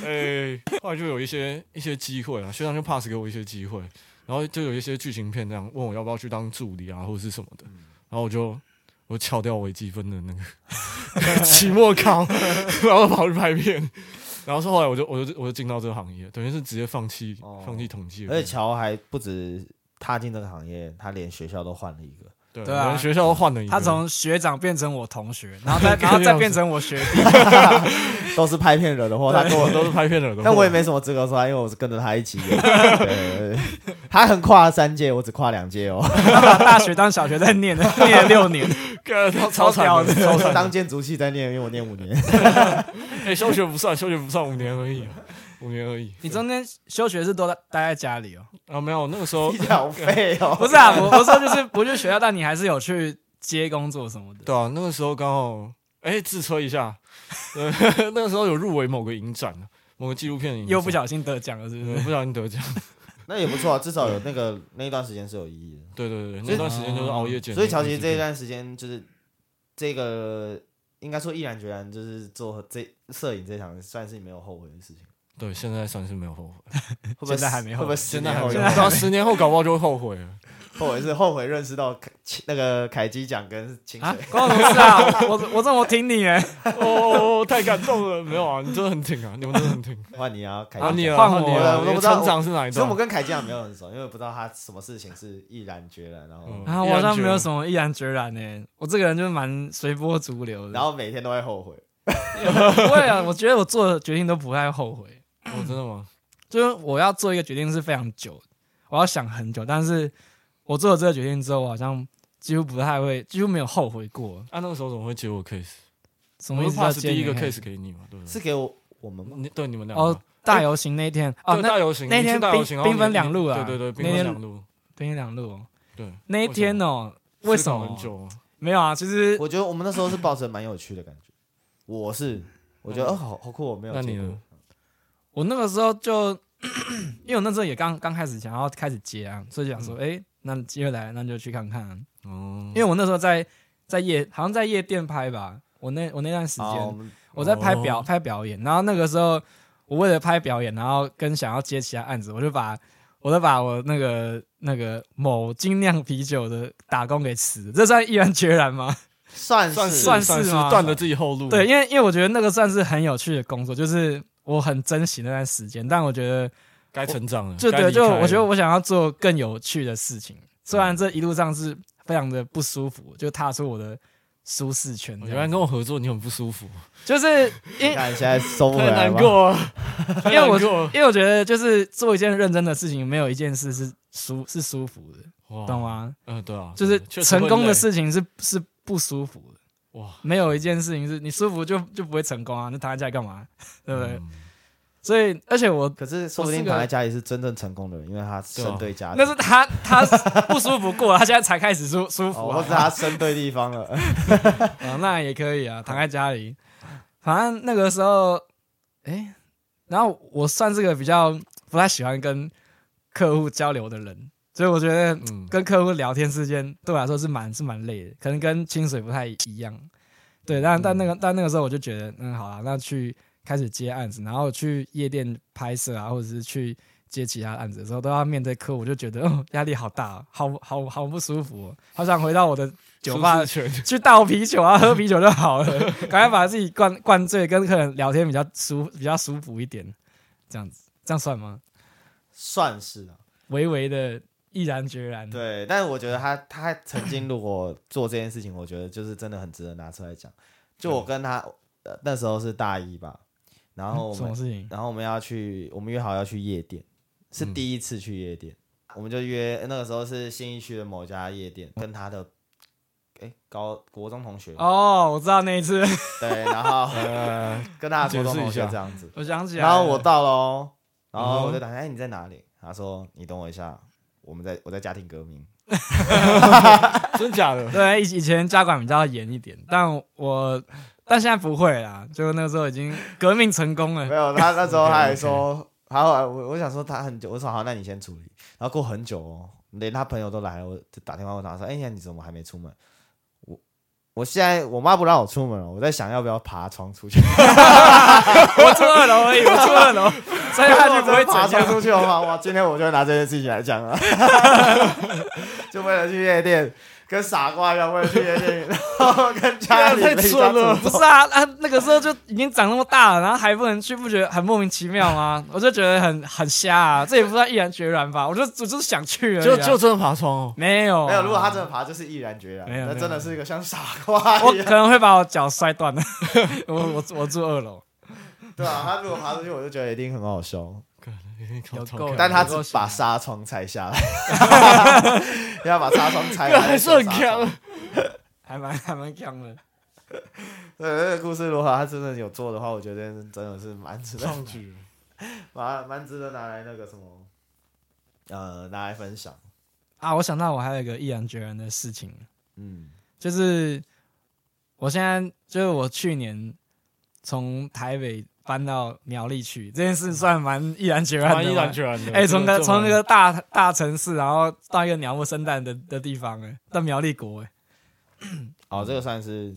C: 哎，后来就有一些一些机会啊，学长就 pass 给我一些机会，然后就有一些剧情片这样问我要不要去当助理啊，或者是什么的，然后我就我翘掉微积分的那个 期末考，然后跑去拍片，然后是后来我就我就我就进到这个行业，等于是直接放弃、
A: 哦
C: 放弃统计了，
A: 而且乔还不止踏进这个行业，他连学校都换了一 个。
C: 对，
B: 对啊
C: 我们学校都换了一个，
B: 他从学长变成我同学，然后再然后再变成我学弟，
A: 都是拍片惹的祸，他跟我
C: 都是拍片的，
A: 但我也没什么资格说他，啊因为我是跟着他一起演。 对对对他横跨了三届，我只跨两届 哦。
B: 他把大学当小学在念，念了六年。
C: 干超超惨的，超惨 的，
A: 当建筑系在念，因为我念五 年。
C: 哎，休学不算，休学不算，五年而已啊，五年而已，
B: 你中间休学是都在待在家里哦？
C: 啊没有，那个时候
A: 你好废哦！
B: 不是啊，我我说就是不去学校，但你还是有去接工作什么的。
C: 对啊，那个时候刚好，哎、自吹一下， 对那个时候有入围某个影展，某个纪录片影展，
B: 又不小心得奖了，是不
C: 对，
B: 是？
C: 不小心得奖。
A: 那也不错啊，至少有那个那一段时间是有意义的。
C: 对对对，那段时间就是熬夜剪。
A: 所以乔琪这一，段时间就是这个，应该说毅然决然就是做这摄影这场，算是你没有后悔的事情。
C: 对，现在算是没有后悔，
A: 会不会
B: 现在还没后悔
A: 会不会十
C: 现在
A: 年
C: 还
A: 后
C: 没
A: 有
C: 有
A: 后
C: 后
A: 悔
C: 悔，到十年后搞不好就会后悔了。
A: 后悔是 后悔认识到凯那个凯基奖跟清
B: 啊
A: 水。，
B: 关我什么事啊？我我怎么听你哎？
C: 哦，太感动了，没有啊，你真的很挺啊，你们真的很挺。
A: 换你啊，凯
C: 啊，
A: 基
C: 你
A: 奖。
C: 啊
B: 换
C: 你
B: 我
C: 啊
A: 了
C: 你
A: 我
C: 的
A: 都不知道
C: 成长是哪一
A: 所以我
C: 段？
A: 跟凯基奖没有很熟，因为不知道他什么事情是毅然决然，然后
C: 嗯
B: 啊，我好像没有什么毅然决然呢。我这个人就是蛮随波逐流的，
A: 然后每天都会后悔。
B: 不会啊。我觉得我做的决定都不太后悔，
C: 哦，真的吗？
B: 就是我要做一个决定是非常久的，我要想很久。但是我做了这个决定之后，我好像几乎不太会，几乎没有后悔过。
C: 啊，那个时候怎么会接我 case？
B: 什
C: 我
B: 么意
C: 们
B: 思叫
C: pass
B: 见
C: 第一个
B: 面
C: case 给你嘛，对不
A: 是
C: 对？
A: 给我我们吗？
C: 你对你们两个
B: 哦，大游行那天哦，
C: 对
B: 那
C: 大游行，
B: 那
C: 你去
B: 天
C: 大
B: 兵
C: 游行，然后
B: 兵分
C: 你
B: 两路啊
C: 对对对，兵
B: 那
C: 分
B: 天
C: 两路，
B: 冰天两路哦，
C: 对，
B: 那一天
C: 呢？
B: 哦，为什么
C: 思考很久啊？
B: 没有啊？其实
A: 我觉得我们那时候是抱着蛮有趣的感觉。我是，我觉得
C: 嗯
A: 哦，好好酷，我没有
C: 那
A: 见
C: 你
A: 过。
C: 呢？
B: 我那个时候就， 因为我那时候也刚刚开始想要开始接啊，所以想说，哎、那机会来了，那就去看看啊、
C: 哦，
B: 因为我那时候在在夜，好像在夜店拍吧，我那我那段时间、
A: 好，我们
B: 我在拍表、
C: 哦
B: 拍表演，然后那个时候我为了拍表演，然后跟想要接其他案子，我就把我就把我那个那个某精酿啤酒的打工给辞了，这算毅然决然吗？
A: 算是
C: 算是
B: 算是
C: 是
B: 吗
C: 断了自己后路。
B: 对，，因为因为我觉得那个算是很有趣的工作，就是我很珍惜那段时间，但我觉得。
C: 该成长了。
B: 就
C: 该
B: 对，
C: 离开
B: 就
C: 了嗯
B: 我觉得我想要做更有趣的事情，虽然这一路上是非常的不舒服，就踏出我的舒适圈
C: 我哦
B: 这
C: 原来
B: 样。
C: 跟我合作你很不 舒服，
B: 就是因
A: 看现在收不回
C: 太
A: 来
C: 难
A: 吗？
C: 过了，太
B: 因为
C: 难
B: 我
C: 过了
B: 因为我觉得就是做一件认真的事情，没有一件事是舒是舒服的，
C: 哇
B: 懂？吗？
C: 嗯，对啊，
B: 就是
C: 确实
B: 成功
C: 会
B: 的
C: 累
B: 事情是是不舒服的，
C: 哇，
B: 没有一件事情是你舒服就就不会成功啊，那躺在家里干嘛？ 对不对？
C: 嗯
B: 所以，而且我
A: 可是说不定躺在家里是真正成功的人，因为他
C: 啊
A: 生对家
B: 那
A: 庭，
B: 是他 他不舒服过，他现在才开始舒舒服
A: 哦，
B: 啊、
A: 或者他生对地方了。
B: 啊，那也可以啊，躺在家里。反正那个时候，哎、然后我算是个比较不太喜欢跟客户交流的人，所以我觉得
C: 嗯
B: 跟客户聊天之间对我来说是蛮是蛮累的，可能跟清水不太一样。对，但但那
C: 嗯
B: 个但那个时候我就觉得，嗯，好啦，那去开始接案子，然后去夜店拍摄啊，或者是去接其他案子的时候，都要面对客户，我就觉得哦，压力好大哦，好好好不舒服、哦，好想回到我的酒吧
C: 舒适 圈
B: 去倒啤酒啊，喝啤酒就好了， 赶快把自己灌灌醉，跟客人聊天比较舒比较舒服一点，这样子，这样算吗？
A: 算是啊，
B: 微微的毅然决然，，
A: 对，但是我觉得他他曾经如果做这件事情，我觉得就是真的很值得拿出来讲。就
C: 嗯
A: 我跟他、呃那时候是大一吧，然后我
B: 什么
A: 们
B: 事情？
A: 然后我们要去，我们约好要去夜店，是
C: 嗯
A: 第一次去夜店，我们就约那个时候是新一区的某家夜店，跟他的哎、高国中同学
B: 哦，我知道那一次，
A: 对，然 后跟他的国中
C: 呃解释一
A: 同学
C: 下啊
A: 这样子，
B: 我想起来了，
A: 然后我到了哦，然后我就
C: 嗯
A: 打开，哎，你在哪里？他说你等我一下，我们在我在家庭革命。
C: 真假的？
B: 对以以前家管比较严一点，但我但现在不会啦，就那时候已经革命成功了
A: 没。有，他那时候他还
B: 哎
A: 说，他后来我我想说他很久，我说好，那你先处理。然后过很久哦，连他朋友都来了，我就打电话问他说，哎，你怎么还没出门？我我现在我妈不让我出门了，我在想要不要爬窗出去。
B: 我住二楼而已，我住二楼，所以他就不会
A: 爬
B: 怎
A: 窗
B: 样。
A: 出去的话，哇，今天我就会拿这件事情来讲啊， 就为了去夜店。跟傻瓜一样，为了去夜店，然后跟家里
C: 太
A: 被
C: 蠢了
A: 家族
B: 不是啊，啊，那个时候就已经长那么大了，然后还不能去，不觉得很莫名其妙吗？ 我就觉得很很瞎啊，这也不算毅然决然吧，我就我就是想去而已、
C: 就
B: 啊。
C: 就真的爬窗哦，
B: 没有啊
A: 没有，如果他真的爬，就是毅然决然，
B: 没有
A: 那
B: 没有
A: 真的是一个像傻瓜
B: 我
A: 一 样
B: 可。能会把我脚摔断的。 我我我住二楼，
A: 对啊，他如果爬出去，我就觉得一定很好笑。
B: 有
C: 超
B: 够
C: 看
A: 但他只把纱窗拆下 来，要把纱窗拆下来，
C: 还是很强。
B: 还蛮还蛮强的。
A: 对，这个故事如果他真的有做的话，我觉得真的是蛮值得，
C: 创举，
A: 蛮蛮值得拿来那个什么，呃，拿来分享。
B: 啊，我想到我还有一个毅然决然的事情，
A: 嗯，
B: 就是我现在就是我去年从台北搬到苗栗去，这件事算蛮毅然决然的吧，
C: 蛮毅然决然的。
B: 哎、从
C: 这
B: 个
C: 这
B: 从
C: 蛮
B: 一个大大城市，然后到一个鸟不生蛋的的地方、哎，到苗栗国、哎，
A: 哦，这个算是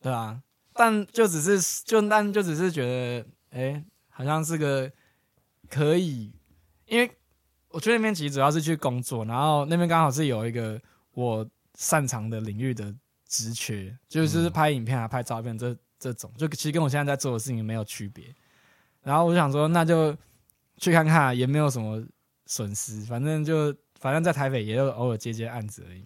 B: 对啊，但就只是就但就只是觉得，哎、好像是个可以，因为我去那边其实主要是去工作，然后那边刚好是有一个我擅长的领域的职缺，就是就是拍影片啊、拍照片这这种，就其实跟我现在在做的事情没有区别。然后我就想说，那就去看看，也没有什么损失，反正就反正在台北也就偶尔接接案子而已，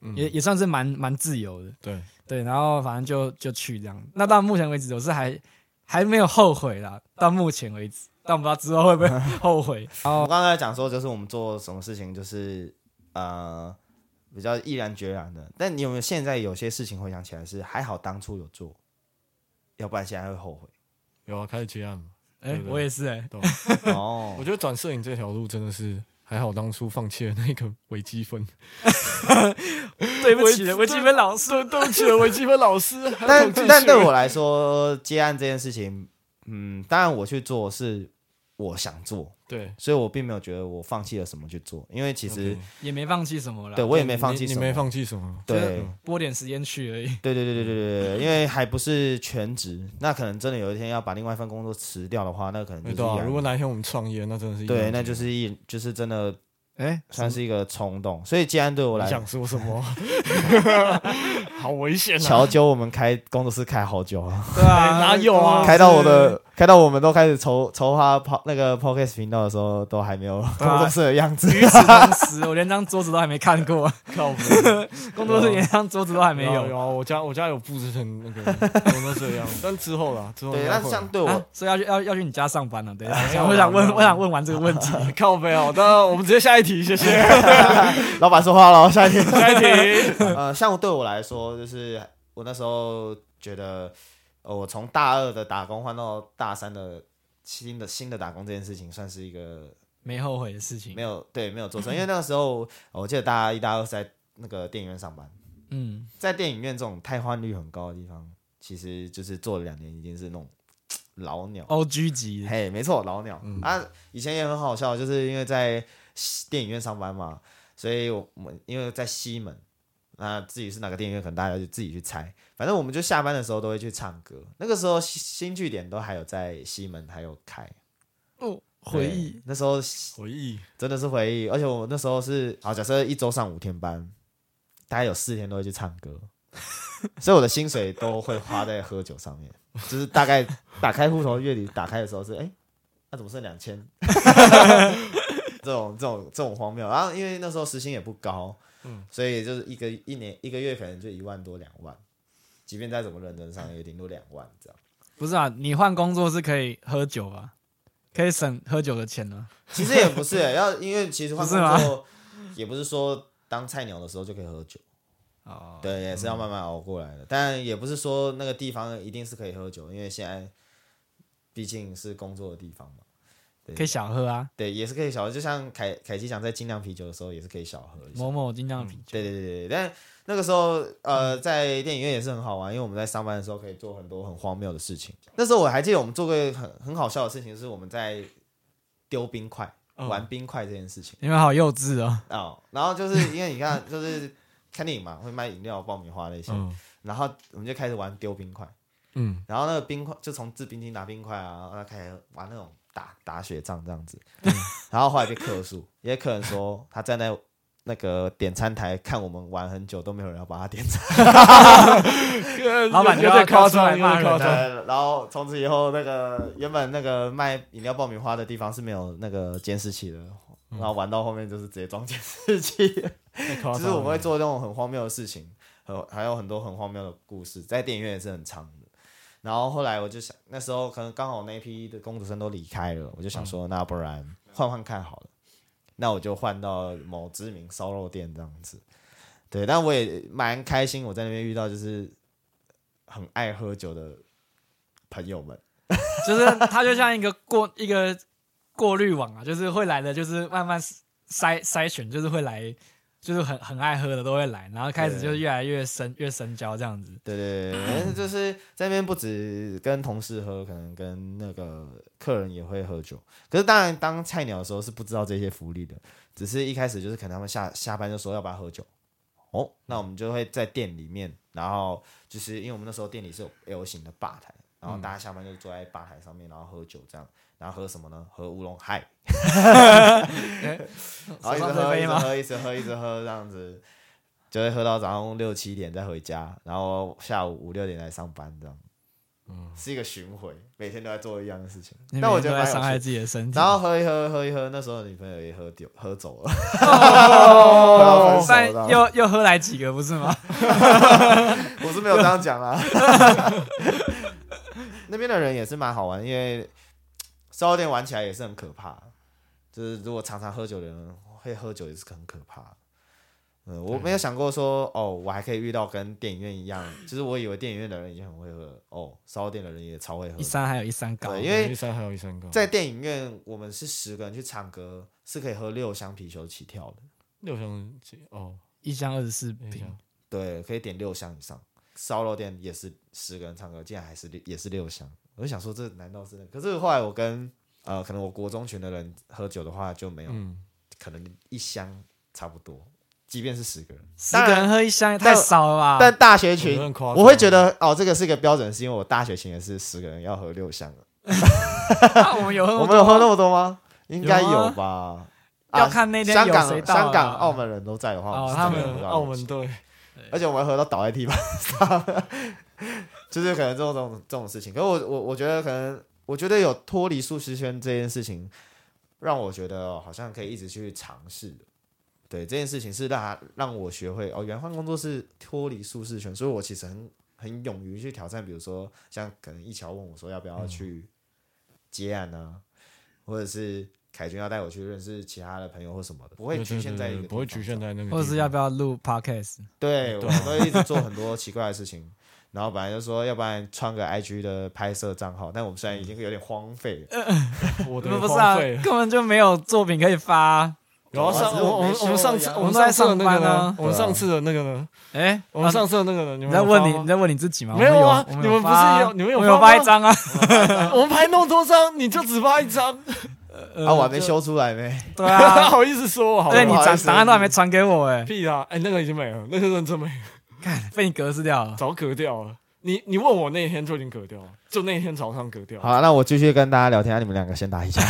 C: 嗯
B: 也也算是蛮蛮自由的。
C: 对，
B: 对，然后反正就就去这样。那到目前为止，我是还还没有后悔啦。到目前为止，但我不知道之后会不 会后悔。
C: 嗯
A: 我刚才讲说，就是我们做什么事情，就是呃比较毅然决然的。但你有没有现在有些事情回想起来是还好当初有做，要不然现在会后悔。
C: 有啊，开始接案嘛。
B: 哎、
C: 对对
B: 我也是哎、
C: 懂
A: 哦
C: 我，觉得转摄影这条路真的是还好，当初放弃了那个微积分，
B: 对不起，我基本老师。
C: 对不起了，微积分老 师。
A: 但
C: 还有
A: 但对我来说，接案这件事情，嗯，当然我去做是我想做，
C: 对，
A: 所以我并没有觉得我放弃了什么去做，因为其实
C: OK
B: 也没放弃什么啦，
A: 对我也没放弃
C: 你
A: 什
C: 你
A: 么，
C: 没放弃什么？
A: 对
B: 就是拨点时间去而已。
A: 对对对对对对对，因为还不是全职，那可能真的有一天要把另外一份工作辞掉的话，那可能就
C: 哎
A: 是
C: 对
A: 一
C: 啊，
A: 样
C: 如果哪一天我们创业，那真的是一
A: 对，
C: 样
A: 那就是一就是真的
B: 哎、
A: 算是一个冲动，所以接案对我
C: 你
A: 来
C: 想说 什么？好危险啊！啊
A: 乔揪我们开工作室开好久啊，
B: 对啊，
C: 哎哪有啊
B: 我
A: 开到我的看到我们都开始筹筹划跑那个 podcast 频道的时候，都还没有
B: 对啊
A: 工作室的样子。
B: 与此同时， 我连张桌子都还没看 过，
C: 靠 谱，
B: 工作室连张桌子都还没
C: 啊有
B: 有
C: 有啊，我家我家有布置 成那个弄成这样，但之后啦，之后
A: 对，
C: 应该
A: 但
C: 会
A: 像对我，
B: 啊，所以要去要要去你家上班了。对，我
C: 哎没有
B: 想
C: 啦
B: 我想
C: 没有啊
B: 问，
C: 啦
B: 我想问完这个问题，
C: 靠背哦，那我们直接下一题，谢谢，
A: 老板说话了， 下一题。
C: 下一题，
A: 呃，像对我来说，就是我那时候觉得，呃，我从大二的打工换到大三的新的新的打工这件事情，算是一个
B: 没后悔的事情
A: 没。有对没有做错，因为那个时候呃我记得大一、大二是在那个电影院上班，
B: 嗯，
A: 在电影院这种汰换率很高的地方，其实就是做了两年已经是那种老鸟。
B: O G 级，
A: 嘿，没错，老鸟、
B: 嗯
A: 啊，以前也很好笑，就是因为在西电影院上班嘛，所以我们因为在西门，那至于是哪个电影院，可能大家就自己去猜。反正我们就下班的时候都会去唱歌，那个时候新新据点都还有在西门还有开
B: 哦，回
A: 对
B: 忆，
A: 那时候
C: 回忆，
A: 真的是回忆，而且我那时候是好，假设一周上五天班，大概有四天都会去唱歌， 所以我的薪水都会花在喝酒上面，就是大概 打开户头月底打开的时候是，哎、那、怎么剩两千？ 这种这种这种荒谬。然后因为那时候时薪也不高，
C: 嗯
A: 所以就是一个一年一个月可能就一万多两万，即便再怎么认真上也顶多两万这样。
B: 不是啊，你换工作是可以喝酒吧？可以省喝酒的钱啊了。
A: 其实也不是、欸要因为其实换
B: 不
A: 工
B: 是吗
A: 作也不是说当菜鸟的时候就可以喝酒。
C: 啊
B: 哦，
A: 对，也
C: 嗯
A: 是要慢慢熬过来的。但也不是说那个地方一定是可以喝酒，因为现在毕竟是工作的地方嘛。
B: 可以小喝啊，
A: 对，也是可以小喝，就像凯凯基讲在精酿啤酒的时候，也是可以小喝一下。
B: 某某精酿啤酒。
A: 嗯对对对对，但那个时候
C: 嗯
A: 呃，在电影院也是很好玩，因为我们在上班的时候可以做很多很荒谬的事情。那时候我还记得我们做过一个很很好笑的事情，是我们在丢冰块、
C: 嗯
A: 玩冰块这件事情。
B: 你们好幼稚哦！
A: 哦，然后就是因为你看，就是看电影嘛，会卖饮料、爆米花那些，
C: 嗯
A: 然后我们就开始玩丢冰块，
C: 嗯，
A: 然后那个冰块就从制冰机拿冰块啊，然后开始玩那种打打雪仗这样子，然后后来被客诉，因为客人说他站在那个点餐台看我们玩很久都没有人要帮他点餐，
B: 老板就
C: 嗯有
B: 要
C: 点夸
B: 跳出
C: 张，
B: 来
C: 有
B: 骂
C: 点
B: 人
C: 夸张，
B: 了
A: 对，然后从此以后那个原本那个卖饮料、爆米花的地方是没有那个监视器的，然后玩到后面就是直接装监视器。
C: 太夸张了
A: 就是我们会做那种很荒谬的事情，很还有很多很荒谬的故事，在电影院也是很长的。然后后来我就想，那时候可能刚好那一批的公主生都离开了，我就想说，那不然换换看好了。那我就换到某知名烧肉店这样子。对，但我也蛮开心，我在那边遇到就是很爱喝酒的朋友们。
B: 就是它就像一个过一个过滤网啊，就是会来的，就是慢慢筛筛选，就是会来，就是很很爱喝的都会来，然后开始就
A: 对
B: 越来越深越深交这样子。
A: 对对对，但是就是在那边不止跟同事喝，可能跟那个客人也会喝酒。可是当然，当菜鸟的时候是不知道这些福利的，只是一开始就是可能他们下下班就说要不要喝酒，哦，那我们就会在店里面，然后就是因为我们那时候店里是有 L 型的吧台，然后大
B: 嗯
A: 家下班就坐在吧台上面，然后喝酒这样，然后喝什么呢？喝乌龙 嗨，然后一直喝，一直
B: 手上这杯吗？
A: 喝，一直喝，一直喝，这样子就会喝到早上六七点再回家，然后下午五六点来上班，这样，嗯，是一个循回，每天都在做一样的事情
B: 你。每
A: 但我
B: 天
A: 觉
B: 都
A: 得蛮
B: 在伤害
A: 有趣的。
B: 自己的身体
A: 然，后喝一喝，喝一喝，那时候女朋友也喝丢，喝走了，
B: 哦
A: 喝到分
B: 但
A: 手了
B: 又又喝来几个不 是吗？
A: 我是没有这样讲 啦。那边的人也是蛮好玩，因为烧肉店玩起来也是很可怕，就是如果常常喝酒的人会喝酒也是很可怕。嗯，我没有想过说哦，我还可以遇到跟电影院一样，就是我以为电影院的人已经很会喝，哦，烧肉店的人也超会喝
B: 一。山还有一山高
A: 对，，因为
C: 一山还有一山高，
A: 在电影院我们是十个人去唱歌，是可以喝六箱啤酒起跳的，
C: 六箱几哦，
B: 一箱二十四
C: 等一下
B: 瓶，
A: 对，可以点六箱以上。烧肉店也是十个人唱歌，竟然还是六也是六箱。我就想说，这难道是、那个？可是后来我跟呃，可能我国中群的人喝酒的话就没有，
C: 嗯，
A: 可能一箱差不多，即便是十个人，
B: 十
A: 当
B: 个
A: 然
B: 人喝一箱也太少了吧？
A: 但大学
C: 我觉
A: 群
C: 得很夸张
A: 我会觉得哦，这个是一个标准，是因为我大学群也是十个人要喝六箱了。
B: 啊我们有喝那
A: 我
B: 么
A: 们有
B: 多
A: 喝那
B: 吗，
A: 么多吗？应该
B: 有啊
A: 有吧。
B: 要看那天
A: 啊香
B: 有谁
A: 港、
B: 到啊
A: 香港、澳门人都在的话，
B: 哦
A: 我是
B: 他
A: 真
B: 们
A: 的不知道
C: 澳门队，
A: 而且我们喝到倒在地板上，就是可能这种这种这种事情。可是我我我觉得可能我觉得有脱离舒适圈这件事情，让我觉得、哦好像可以一直去尝试的。对这件事情是让他让我学会哦，原换工作是脱离舒适圈，所以我其实很很勇于去挑战，比如说像可能一桥问我说要不要去接案啊，或者是凯君要带我去认识其他的朋友或什么的，不会
C: 对
A: 局
C: 对
A: 限
C: 对
A: 在一
C: 对
A: 个
C: 不会
A: 地方
C: 局限
A: 上
C: 在那个地方，
B: 或者是要不要录 podcast？
A: 对，啊我
C: 对
A: 们都一直做很多奇怪的事情。 然后本来就说，要不然创个 IG 的拍摄账号，但我们虽然已经有点荒废了，
C: 我的
B: 不是啊
C: 荒废，
B: 根本就没有作品可以发啊。
C: 然后上
A: 只是
C: 我
A: 我
C: 我们
A: 没
C: 我
A: 修
C: 们上
A: 而
C: 次
A: 已啊
C: 我
B: 我
C: 们
B: 们在
C: 上次的
B: 上
C: 那个
B: 班
C: 呢
B: 啊？
C: 我们上次的那个呢？
B: 哎，
C: 我们
B: 啊
C: 上次的那个呢？你
B: 你
C: 们
B: 在
C: 有
B: 问
C: 发
B: 你
C: 吗
B: 你在问你自己吗？
C: 没有啊
B: 我们有我
C: 你们不
B: 们有发啊
C: 是有你们有
B: 我们有
C: 发
B: 发
C: 吗
B: 一张啊？
C: 我们拍那么多张，你就只发一张，
A: 啊，我还没修出来呢。
B: 对啊，
C: 好意思说我好
B: 对
C: 吗？
B: 你
A: 不好意
B: 档
A: 思
B: 档案都还没传给我哎，
C: 屁啊！哎，那个已经没了，那个认真没了，
B: 被你格式掉了。
C: 早割掉了。你你问我那天就已经割掉了，就那天早上割掉了。
A: 好，那我继续跟大家聊天，那你们两个先打一架。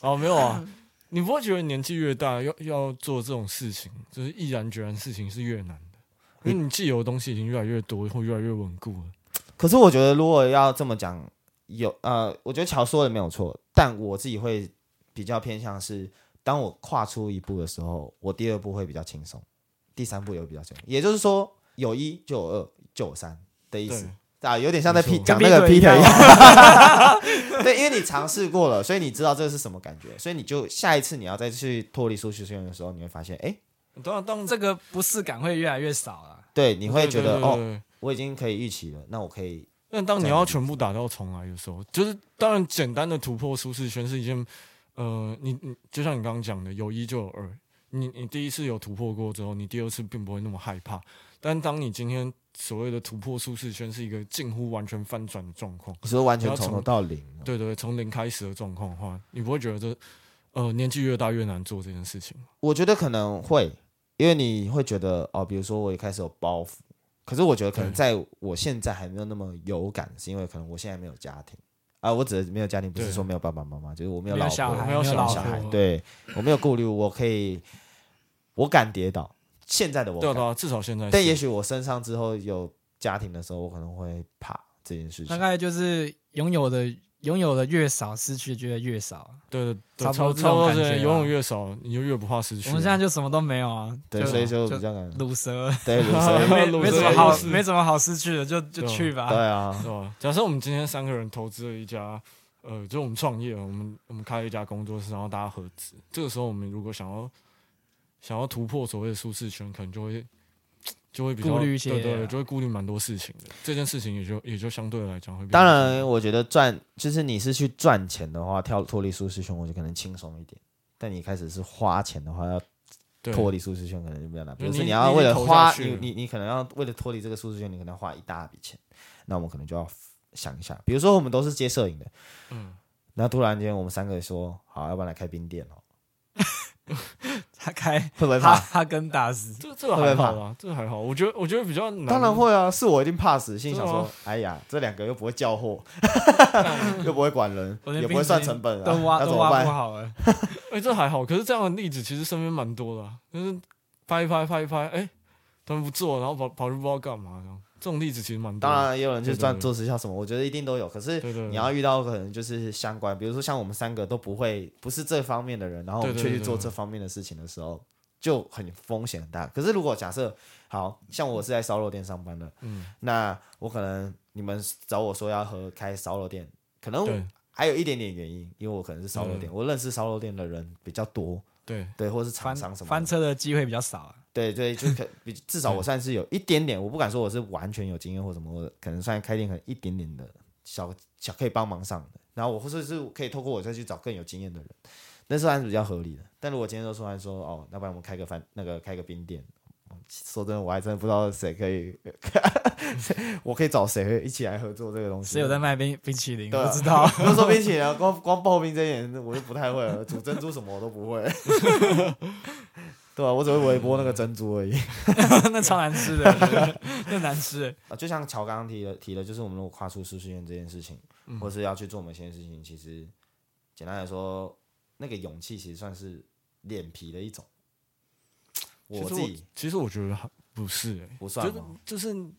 C: 哦，没有啊， 你不会觉得年纪越大要要做这种事情，就是毅然决然事情是越难的，因为你既有的东西已经越来越多，或越来越稳固了。
A: 可是我觉得，如果要这么讲，有呃，我觉得乔说的没有错，但我自己会比较偏向是，当我跨出一步的时候，我第二步会比较轻松，第三步也会比较轻松。也就是说，有一就有二就有三的意思
C: 对。
A: 啊，有点像在
C: 没错
A: 劈讲
B: 跟
A: 那个
B: 劈
A: 劈
B: 腿
A: 腿
B: 一
A: 一
B: 样
A: 样。 对，因为你尝试过了，所以你知道这是什么感觉，所以你就下一次你要再去脱离舒适圈的时候，你会发现，哎、
C: 当然，当
B: 这个不适感会越来越少啊了。
A: 对，你会觉得
C: 对对对
A: 哦，
C: 对
A: 我已经可以预期了，那我可以
C: 但当你要全部打到重来的时候，就是当然简单的突破舒适圈是一件，呃，你你就像你刚刚讲的，有一就有二。你你第一次有突破过之后，你第二次并不会那么害怕。但当你今天所谓的突破舒适圈是一个近乎完全翻转的状况，
A: 你说完全
C: 要
A: 从头
C: 从
A: 到零，
C: 对对，从零开始的状况的话，你不会觉得这，呃，年纪越大越难做这件事情。
A: 我觉得可能会，因为你会觉得哦，比如说我也开始有包袱，可是我觉得可能
C: 对
A: 在我现在还没有那么有感，是因为可能我现在没有家庭啊，我指的没有家庭不是
C: 对
A: 说没有爸爸妈妈，就是我没有
B: 没有
A: 老
B: 小
A: 婆，
B: 孩
A: 没
C: 没有
A: 有
C: 老
A: 小孩
C: 婆，
A: 对我没有顾虑，我可以，我敢跌倒，现在的我
C: 对啊对
A: 敢，
C: 啊，至少现在是。
A: 但也许我身上之后有家庭的时候，我可能会怕这件事
B: 大
A: 情。
B: 概就是拥有的拥有的越少，失去的就会越少啊。
C: 对对，对
B: 差不多这
C: 差
B: 种
C: 不多
B: 感
C: 是
B: 觉啊
C: 游泳越少，你就越不怕失去
B: 我
C: 啊。
B: 们现在就什么都没有啊，
A: 对，所以就比较敢，
B: 卤蛇，
A: 对，乳
C: 对
A: 蛇
B: 没
C: 卤
B: 没
C: 蛇
B: 什么好
C: 就是
B: 没什么好失去的，就就
C: 对啊
B: 去
A: 对
B: 吧。
A: 啊，
C: 对吧？假设我们今天三个人投资了一家，呃，就我们创业，我们我们开了一家工作室，然后大家合资。这个时候，我们如果想要想要突破所谓的舒适圈，可能就会就会比较
B: 顾虑一些
C: 对对
B: 啊
C: 对，就会顾虑蛮多事情的。这件事情也就也就相对来讲会比较
A: 当然，我觉得赚就是你是去赚钱的话，跳脱离舒适圈，我觉得可能轻松一点。但你开始是花钱的话，要
C: 对
A: 脱离舒适圈可能就比较难。比如说
C: 你
A: 你要为了
C: 你已经投
A: 花
C: 下，去
A: 你
C: 了
A: 你你可能要为了脱离这个舒适圈，你可能要花一大笔钱。那我们可能就要想一下，比如说我们都是接摄影的，
C: 嗯，
A: 那突然间我们三个说好，要不然来开冰店哦，
B: 他开
A: 会不会
B: 哈
A: 怕？
B: 哈根达斯，
C: 这这个
A: 会
C: 还
A: 不会
C: 好啦，这个还好。我觉得我觉得比较难，
A: 当然会啊，是我一定怕死，心里想
C: 对啊
A: 说，哎呀，这两个又不会叫货，又不会管人，
B: 我连
A: 也不
B: 冰
A: 会算
B: 淇淋
A: 成本
B: 都
A: 啊，
B: 挖
A: 那怎
B: 都
A: 么
B: 挖不
A: 办？
B: 好了。
C: 哎、这还好。可是这样的例子其实身边蛮多的、啊，就是拍一拍拍一拍，哎、他们不做，然后跑跑去不知道干嘛这样。这种例子其实蛮多的。
A: 当然也有人去
C: 对对
A: 赚
C: 对
A: 做直销什么，我觉得一定都有。可是
C: 对，对对，
A: 你要遇到可能就是相关，比如说像我们三个都不会，不是这方面的人，然后我们
C: 对
A: 却
C: 对
A: 去
C: 对
A: 做
C: 对
A: 这方面的事情的时候，就很风险很大。可是如果假设，好像我是在烧肉店上班的，
C: 嗯，
A: 那我可能你们找我说要合开烧肉店，可
C: 对嗯
A: 能还有一点点原因，因为我可能是烧肉
C: 对
A: 店，我认识烧肉店的人比较多，
C: 对。
A: 对，或是
B: 翻
A: 厂商什么的
B: 翻车的机会比较少啊。
A: 对对，就可比至少我算是有一点点，我不敢说我是完全有经验或什么，我可能算开店可能一点点的小小可以帮忙上的，然后我或者是可以透过我再去找更有经验的人，那是还是比较合理的。但如果今天都说完说哦，要不然我们开个饭那个开个冰店，哦说真的，我还真的不知道谁可以， 我可以找谁会一起来合作这个东西。
B: 谁有在卖冰冰淇淋？
A: 对啊
B: 不知 道。
A: 不是说冰淇淋啊，光光刨冰这一点我就不太会了，煮珍珠什么我都不会。 对啊，我只会微波那个珍珠而已。
B: 那超难吃的， 那难吃。
A: 啊，就像乔刚刚提的提的，就是我们如果跨出舒适圈这件事情，
C: 嗯
A: 或是要去做某些事情，其实简单来说，那个勇气其实算是脸皮的一种。
C: 其
A: 我
C: 实
A: 自己
C: 其实我觉得还不是、欸，
A: 不算哦
C: 就
A: 吗？
C: 是就是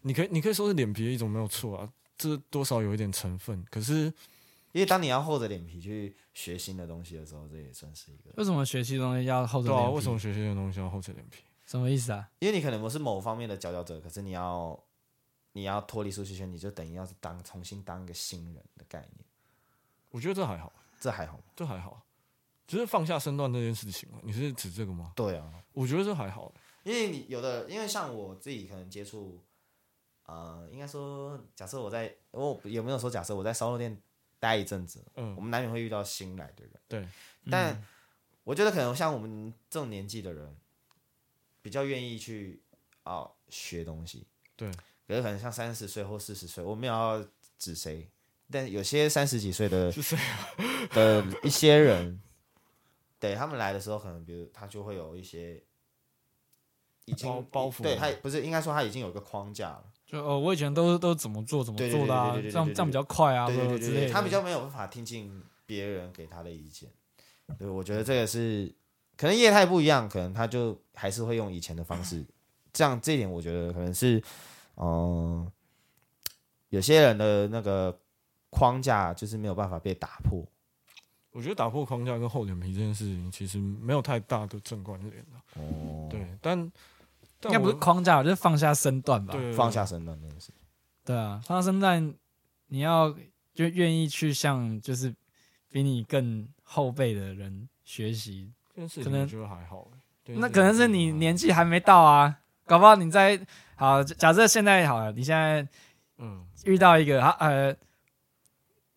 C: 你可以你可以说是脸皮的一种没有错啊，这多少有一点成分。可是
A: 因为当你要厚着脸皮去学新的东西的时候，这也算是一个，
B: 为什么学习东西要厚着
C: 对
B: 脸
C: 啊，
B: 皮？
C: 为什么学习的东西要厚着脸皮？
B: 什么意思啊？
A: 因为你可能不是某方面的佼佼者，可是你要你要脱离舒适圈，你就等于要是当重新当一个新人的概念，
C: 我觉得这还好，
A: 这还好吗？
C: 这还好，只是放下身段这件事情嘛。啊你是指这个吗？
A: 对啊，
C: 我觉得这还好，
A: 因为你有的，因为像我自己可能接触，呃，应该说，假设我在，我有没有说假设我在烧肉店待一阵子，我
C: 嗯，
A: 们难免会遇到新来的人，
C: 对，
A: 但
C: 嗯
A: 我觉得可能像我们这种年纪的人，比较愿意去啊、学东西，
C: 对，
A: 可是可能像三十岁或四十岁，我没有要指谁，但有些三十几岁的
C: 是谁？啊
A: 的一些人，对他们来的时候，可能比如他就会有一些已经
C: 包包袱
A: 对他不是应该说他已经有一个框架了，
B: 就哦，我以前都都怎么做怎么
A: 对对
B: 做的啊，
A: 对
B: 这
A: 对对对
B: 样
A: 对对
B: 这样比较快啊，
A: 对对
B: 或
A: 对
B: 者
A: 对
B: 之类
A: 对，
B: 的。
A: 他比较没有办法听进别人给他的意见，对，我觉得这个是可能业态不一样，可能他就还是会用以前的方式，这样这一点我觉得可能是，嗯、有些人的那个框架就是没有办法被打破，
C: 我觉得打破框架跟厚脸皮这件事情其实没有太大的正关联的。
A: 哦，
C: 对，但
B: 应
C: 但
B: 该不是
C: 我
B: 框架，就是放下身段吧。
C: 对
A: 放下身段这件事。
B: 对啊，放下身段，你要就愿意去向就是比你更后辈的人学习，
C: 这件事
B: 可
C: 情，
B: 能
C: 我觉得还好。欸对
B: 那可能是你年纪还没到啊，搞不好你在好假设现在好了，你现在
C: 嗯，
B: 遇到一个啊呃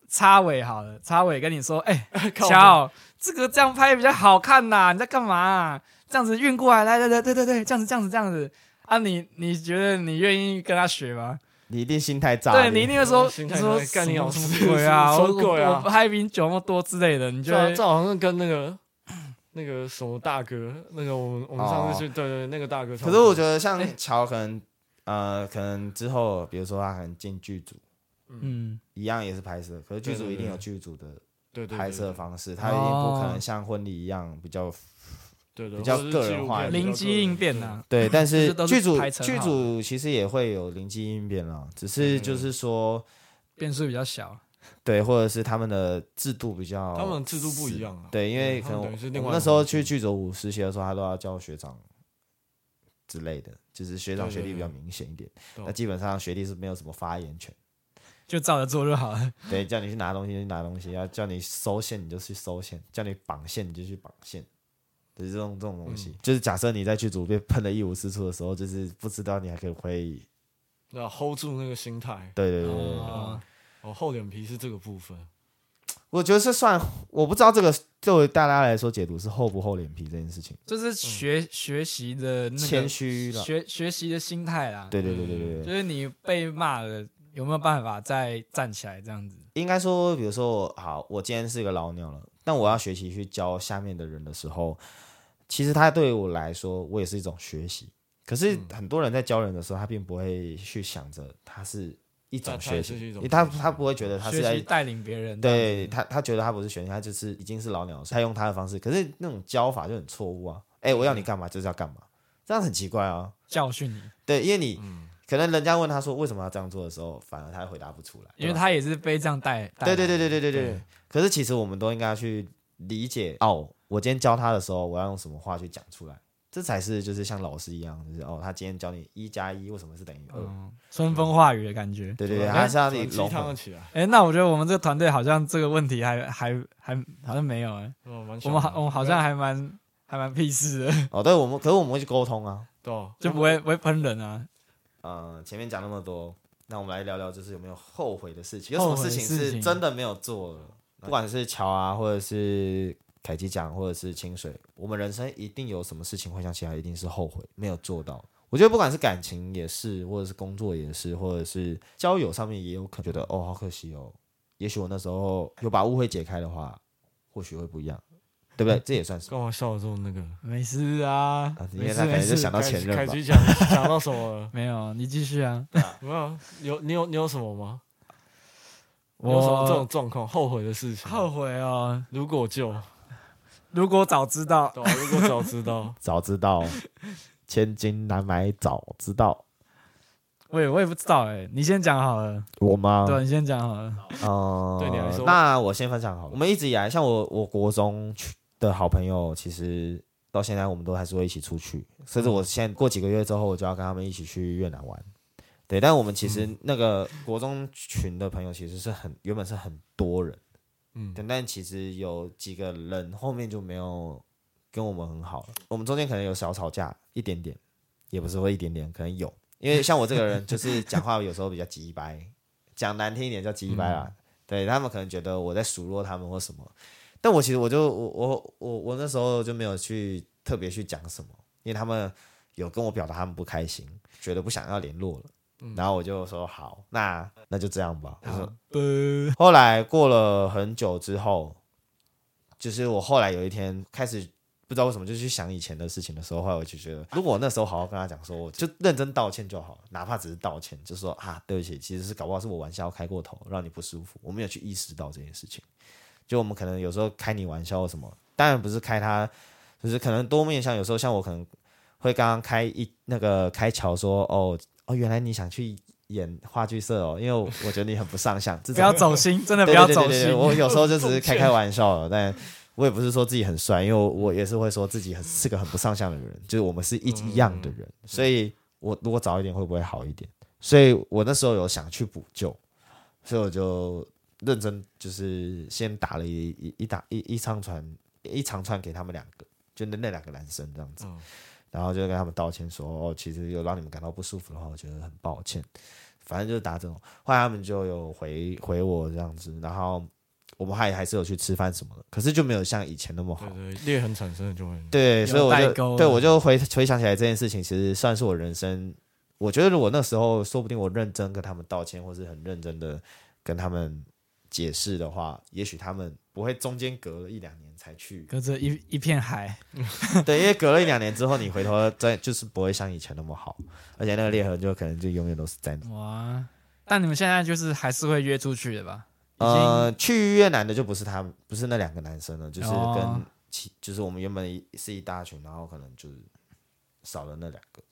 B: 插尾好了，插尾跟你说，哎、
C: 靠
B: 乔，这个这样拍比较好看呐、你在干嘛啊、这样子运过来，来来来，对对对，这样子这样子这样子啊，你你觉得你愿意跟他学吗？
A: 你一定心态炸裂，
B: 对你一定会说，
C: 心
B: 你
C: 态
B: 说
C: 干
B: 什
C: 你
B: 么
C: 老
B: 什
C: 师
B: 么鬼啊，
C: 什么
B: 我
C: 鬼啊
B: 我我拍比你久那么多之类的，你就
C: 这好
B: 会
C: 啊这好像跟那个 那个什么大哥，那个我们我们上次去，对对，那个大哥差
A: 哦可
C: 不
A: 是
C: 多。
A: 我觉得
B: 哎
A: 像乔可能、呃，可能之后比如说他可能进剧组，
B: 嗯，
A: 一样也是拍摄，可是剧组
C: 对对对
A: 一定有剧组的
C: 对对
A: 拍摄，方式，他一定
B: 哦
A: 不可能像婚礼一样比较
C: 对对对
A: 比较
C: 或者是
A: 个人
C: 纪录
A: 化
C: 片
A: 一
C: 比较
A: 点
B: 灵机应变呐、
A: 对。但
B: 这
A: 是
B: 都是
A: 剧组
B: 排程好
A: 剧
B: 的
A: 组其实也会有灵机应变啦，只是就是说
B: 变数比较小。
A: 对，或者是他们的制度比较
C: 他们制度不一样啊
A: 对，因为
C: 嗯
A: 可
C: 他
A: 能
C: 们
A: 我
C: 等于是另
A: 我
C: 外
A: 那
C: 一
A: 时候
C: 种
A: 去剧组实习的时候，他都要叫学长之类的，就是学长
C: 对对
A: 学历比较
C: 对
A: 明显一点。
C: 懂
A: 那基本上学历是没有什么发言权。
B: 就照着做就好了。
A: 对，叫你去拿东西就去拿东西，要叫你收线你就去收线，叫你绑线你就去绑线，就是这种这种东西。
B: 嗯
A: 就是假设你在剧组被喷的一无是处的时候，就是不知道你还可以回，
C: 对啊，hold 住那个心态。
A: 对对对对对
B: 哦，
C: 哦，厚脸皮是这个部分。
A: 我觉得是算，我不知道这个对大家来说解读是厚不厚脸皮这件事情，
B: 就是学、学习的那个
A: 嗯谦虚了。
B: 学学习的心态啦。，
A: 对对对对对
B: 就
A: 对，
B: 是你被骂了，有没有办法再站起来这样子？
A: 应该说，比如说我好，我今天是一个老鸟了，但我要学习去教下面的人的时候，其实他对我来说，我也是一种学习。可是
C: 嗯
A: 很多人在教人的时候，他并不会去想着他是一种
C: 那他
A: 学
C: 也
A: 习
C: 是一，种
A: 因为他
C: 学习
A: 他不会觉得他
B: 学
A: 是
B: 习
A: 在
B: 带领别人。
A: 对他他觉得他不是学习，他就是已经是老鸟了，他用他的方式。可是那种教法就很错误啊！哎、我要
C: 嗯
A: 你干嘛就是要干嘛，这样很奇怪啊。
B: 教训你，
A: 对，因为你、
C: 嗯
A: 可能人家问他说为什么要这样做的时候，反而他回答不出来，
B: 因为他也是被这样带。带
A: 对对对对对对对。
C: 对
A: 可是其实我们都应该去理解哦，我今天教他的时候，我要用什么话去讲出来，这才是就是像老师一样，就是哦，他今天教你一加一为什么是等于二、
B: 嗯，春风化雨的感觉。
A: 对对对，
C: 吧
A: 他是让
C: 转
A: 你
C: 鸡
A: 融
C: 汤了
A: 合。
C: 起来，
B: 哎、那我觉得我们这个团队好像这个问题还还还好像没有哎、
C: 哦，蛮
A: 啊
B: 我
C: 爽
B: 们
C: 的
B: 好我们好像还蛮还蛮屁 事的，
A: 哦，对，我们可是我们会去沟通啊。
C: 对啊，
B: 就不会不会喷人啊。
A: 嗯、前面讲那么多，那我们来聊聊，就是有没有后悔的事情？有什么事情
B: 后悔的事
A: 是
B: 情
A: 真的没有做的？不管是乔啊，或者是凯基讲，或者是清水，我们人生一定有什么事情会想起来，一定是后悔没有做到。我觉得不管是感情也是，或者是工作也是，或者是交友上面也有可能觉得哦，好可惜哦。也许我那时候有把误会解开的话，或许会不一样，对不对？这也算是
C: 干嘛笑的这么那个？
B: 没事啊
A: 啊，，因
B: 没
A: 为
B: 事
A: 他可
B: 没
A: 能就
B: 事
A: 想，到前任
C: 凯
A: 吧。，
C: 基讲讲到什么了？
B: 没有你继续啊。
C: 没有，有你有你有什么吗？你有什么这种
B: 我
C: 状况后悔的事情？
B: 后悔哦，
C: 如果就
B: 如果早知道，
C: 对啊，如果早知道
A: 早知道，千金难买早知道。
B: 我也我也不知道哎、你先讲好了，
A: 我吗？
B: 对，你先讲好了。
A: 哦、
C: 对你来说
A: 那我先分享好了。我们一直以来，像我，我国中去的好朋友，其实到现在我们都还是会一起出去，甚至我现在过几个月之后，我就要跟他们一起去越南玩。对，但我们其实那个国中群的朋友其实是很原本是很多人，
C: 嗯，
A: 但但其实有几个人后面就没有跟我们很好了。我们中间可能有小吵架一点点，也不是说一点点，可能有。因为像我这个人，就是讲话有时候比较急掰，讲难听一点叫急掰啦。对他们可能觉得我在数落他们或什么，但我其实我就我我我我那时候就没有去特别去讲什么，因为他们有跟我表达他们不开心，觉得不想要联络了。然后我就说好，那那就这样吧。我说
B: 呃，
A: 后来过了很久之后，就是我后来有一天开始不知道为什么就去想以前的事情的时候，后来我就觉得，如果我那时候好好跟他讲说，我就认真道歉就好了，哪怕只是道歉，就说啊对不起，其实是搞不好是我玩笑开过头，让你不舒服，我没有去意识到这件事情。就我们可能有时候开你玩笑或什么，当然不是开他，就是可能多面向，有时候像我可能会刚刚开一那个开桥说哦哦，原来你想去。演话剧社哦，因为我我觉得你很不上相，这
B: 不
A: 种
B: 要走 心，真的不
A: 对
B: 要
A: 对对
B: 走
A: 对
B: 心
A: 对。我有时候就只是开开玩笑了，但我也不是说自己很帅，因为我我也是会说自己很是个很不上相的人，就是我们是一
B: 嗯
A: 一样的人，所以我如果早一点会不会好一点？所以我那时候有想去补救，所以我就认真就是先打了一一一打一一长串一长串给他们两个，就那那两个男生这样子，
C: 嗯
A: 然后就跟他们道歉说，哦，其实有让你们感到不舒服的话，我觉得很抱歉。反正就是打这种，后来他们就有回回我这样子，然后我们还还是有去吃饭什么的，可是就没有像以前那么好
C: 对。对，裂痕产生的就会
A: 对，所以我
B: 代
A: 就
B: 沟
A: 对
B: 了
A: 我就回回想起来这件事情，其实算是我人生，我觉得我那时候说不定我认真跟他们道歉，或是很认真的跟他们解释的话，也许他们不会中间隔了一两年才去，
B: 隔着一一片海，
A: 对，因为隔了一两年之后，你回头再就是不会像以前那么好，而且那个裂痕就可能就永远都是在那。
B: 哇！但你们现在就是还是会约出去的吧？已经
A: 呃，去越南的就不是他们，不是那两个男生了，就是
B: 哦
A: 跟其、就是我们原本一是一大群，然后可能就是少了那两个，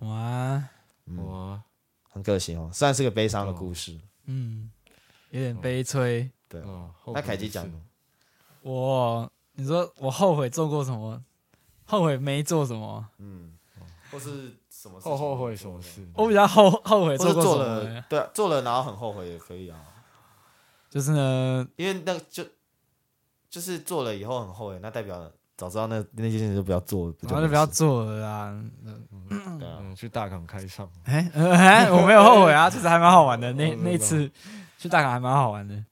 A: 嗯
B: 哇，哦
C: 哇，
A: 很可惜哦，虽然是个悲伤的故事。
B: 嗯，有点悲催。
A: 对，
C: 嗯，
B: 哦
A: 那凯基讲呢，
B: 我，你说我后悔做过什么？后悔没做什么？
A: 嗯，或是什么
C: 后后悔什么事？
B: 我比较后后悔
A: 或是
B: 哎做过
A: 做
B: 什么
A: 了
B: 呢？
A: 对啊，做了然后很后悔也可以啊，
B: 就是呢，
A: 因为那个就就是做了以后很后悔，那代表早知道那那些事就不要做，不
B: 然后就不要做了啦。
A: 对啊，
C: 嗯，去大港开唱，
B: 哎、呃哎我没有 后悔啊，其实还蛮好玩的。那
C: 我知道
B: 那次去大港还蛮好玩的，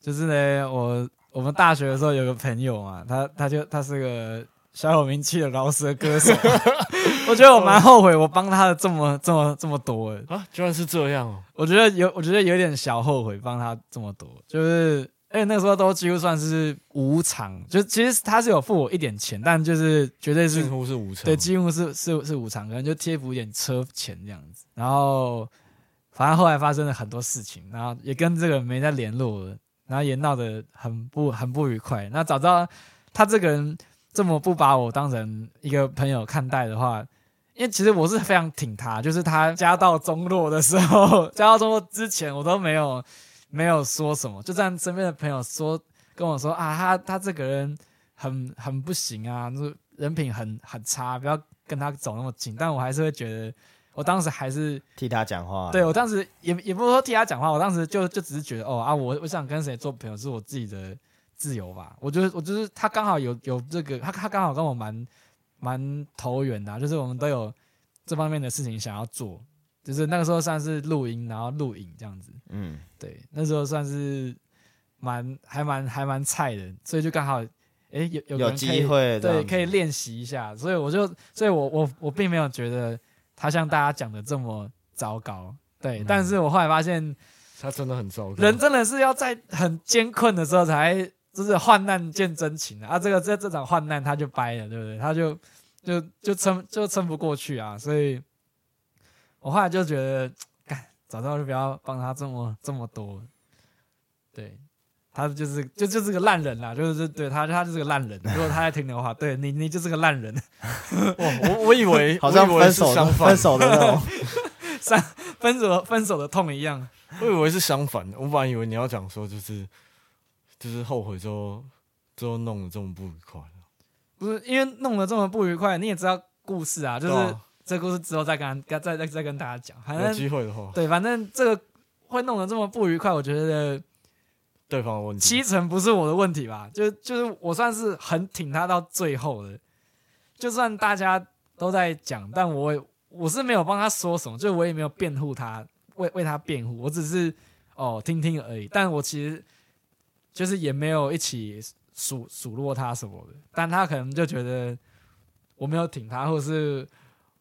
B: 就是呢，我我们大学的时候有个朋友嘛，他他就他是个小有名气的饶舌歌手， 我觉得我蛮后悔我帮他的这么这么这么多的，
C: 啊，居然是这样哦！
B: 我觉得有我觉得有点小后悔帮他这么多，就是。哎，那时候都几乎算是无偿，就其实他是有付我一点钱，但就是绝对是
C: 近乎是无常，
B: 对，几乎是是是五场，可能就贴补一点车钱这样子。然后，反正后来发生了很多事情，然后也跟这个人没再联络了，然后也闹得很不很不愉快。那早知道他这个人这么不把我当成一个朋友看待的话，因为其实我是非常挺他，就是他家道中落的时候，家道中落之前我都没有没有说什么，就算身边的朋友说跟我说啊，他他这个人很很不行啊，就是人品很很差，不要跟他走那么近，但我还是会觉得。我当时还是
A: 替他讲话。
B: 对我当时也也不是说替他讲话，我当时就就只是觉得哦啊，我我想跟谁做朋友是我自己的自由吧。我就是我就是他刚好有有这个，他他刚好跟我蛮蛮投缘的啊、就是我们都有这方面的事情想要做，就是那个时候算是录音，然后录影这样子。
A: 嗯，
B: 对，那时候算是蛮还蛮还蛮菜的，所以就刚好哎有
A: 有
B: 有人可以
A: 机会这
B: 对，
A: 样子
B: 可以练习一下。所以我就，所以我我我并没有觉得他像大家讲的这么糟糕。
A: 嗯
B: 对，但是我后来发现，
C: 他真的很糟糕。
B: 人真的是要在很艰困的时候才，就是患难见真情啊！啊这个这这场患难他就掰了，对不对？他就就就撑就撑不过去啊！所以，我后来就觉得，干，早知道就不要帮他这么这么多。对，他就是就就是个烂人啦，就是对他他就是个烂人。如果他在听的话，对你你就是个烂人。
C: 哇，我我以为
A: 好像
C: 我以为
A: 分
C: 是
A: 手的
C: 相
A: 分
C: 反，
A: 手的那种。
B: 三分手分手的痛一样，
C: 我以为是相反的。我本来以为你要讲说就是就是后悔之后之后弄得这么不愉快，
B: 不是因为弄得这么不愉快，你也知道故事啊，就
C: 对
B: 是
C: 啊
B: 这故事之后再跟他再再再跟大家讲，反
C: 有
B: 正
C: 机会的话，
B: 对，反正这个会弄得这么不愉快，我觉得
C: 对方的问题
B: 七成不是我的问题吧，就就是我算是很挺他到最后的，就算大家都在讲，但我也我是没有帮他说什么，就我也没有辩护他，为为他辩护，我只是哦听听而已，但我其实就是也没有一起数数落他什么的，但他可能就觉得我没有挺他，或者是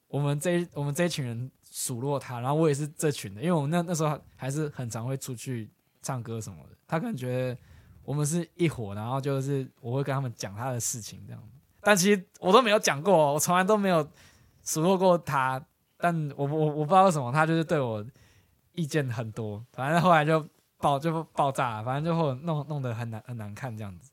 B: 我们这一我们这一群人数落他，然后我也是这群的，因为我们那那时候还是很常会出去唱歌什么的，他可能觉得我们是一伙，然后就是我会跟他们讲他的事情这样，但其实我都没有讲过哦，我从来都没有数落过他，但我我我不知道为什么他就是对我意见很多，反正后来就爆就爆炸了，反正就后弄弄得很难很难看这样子。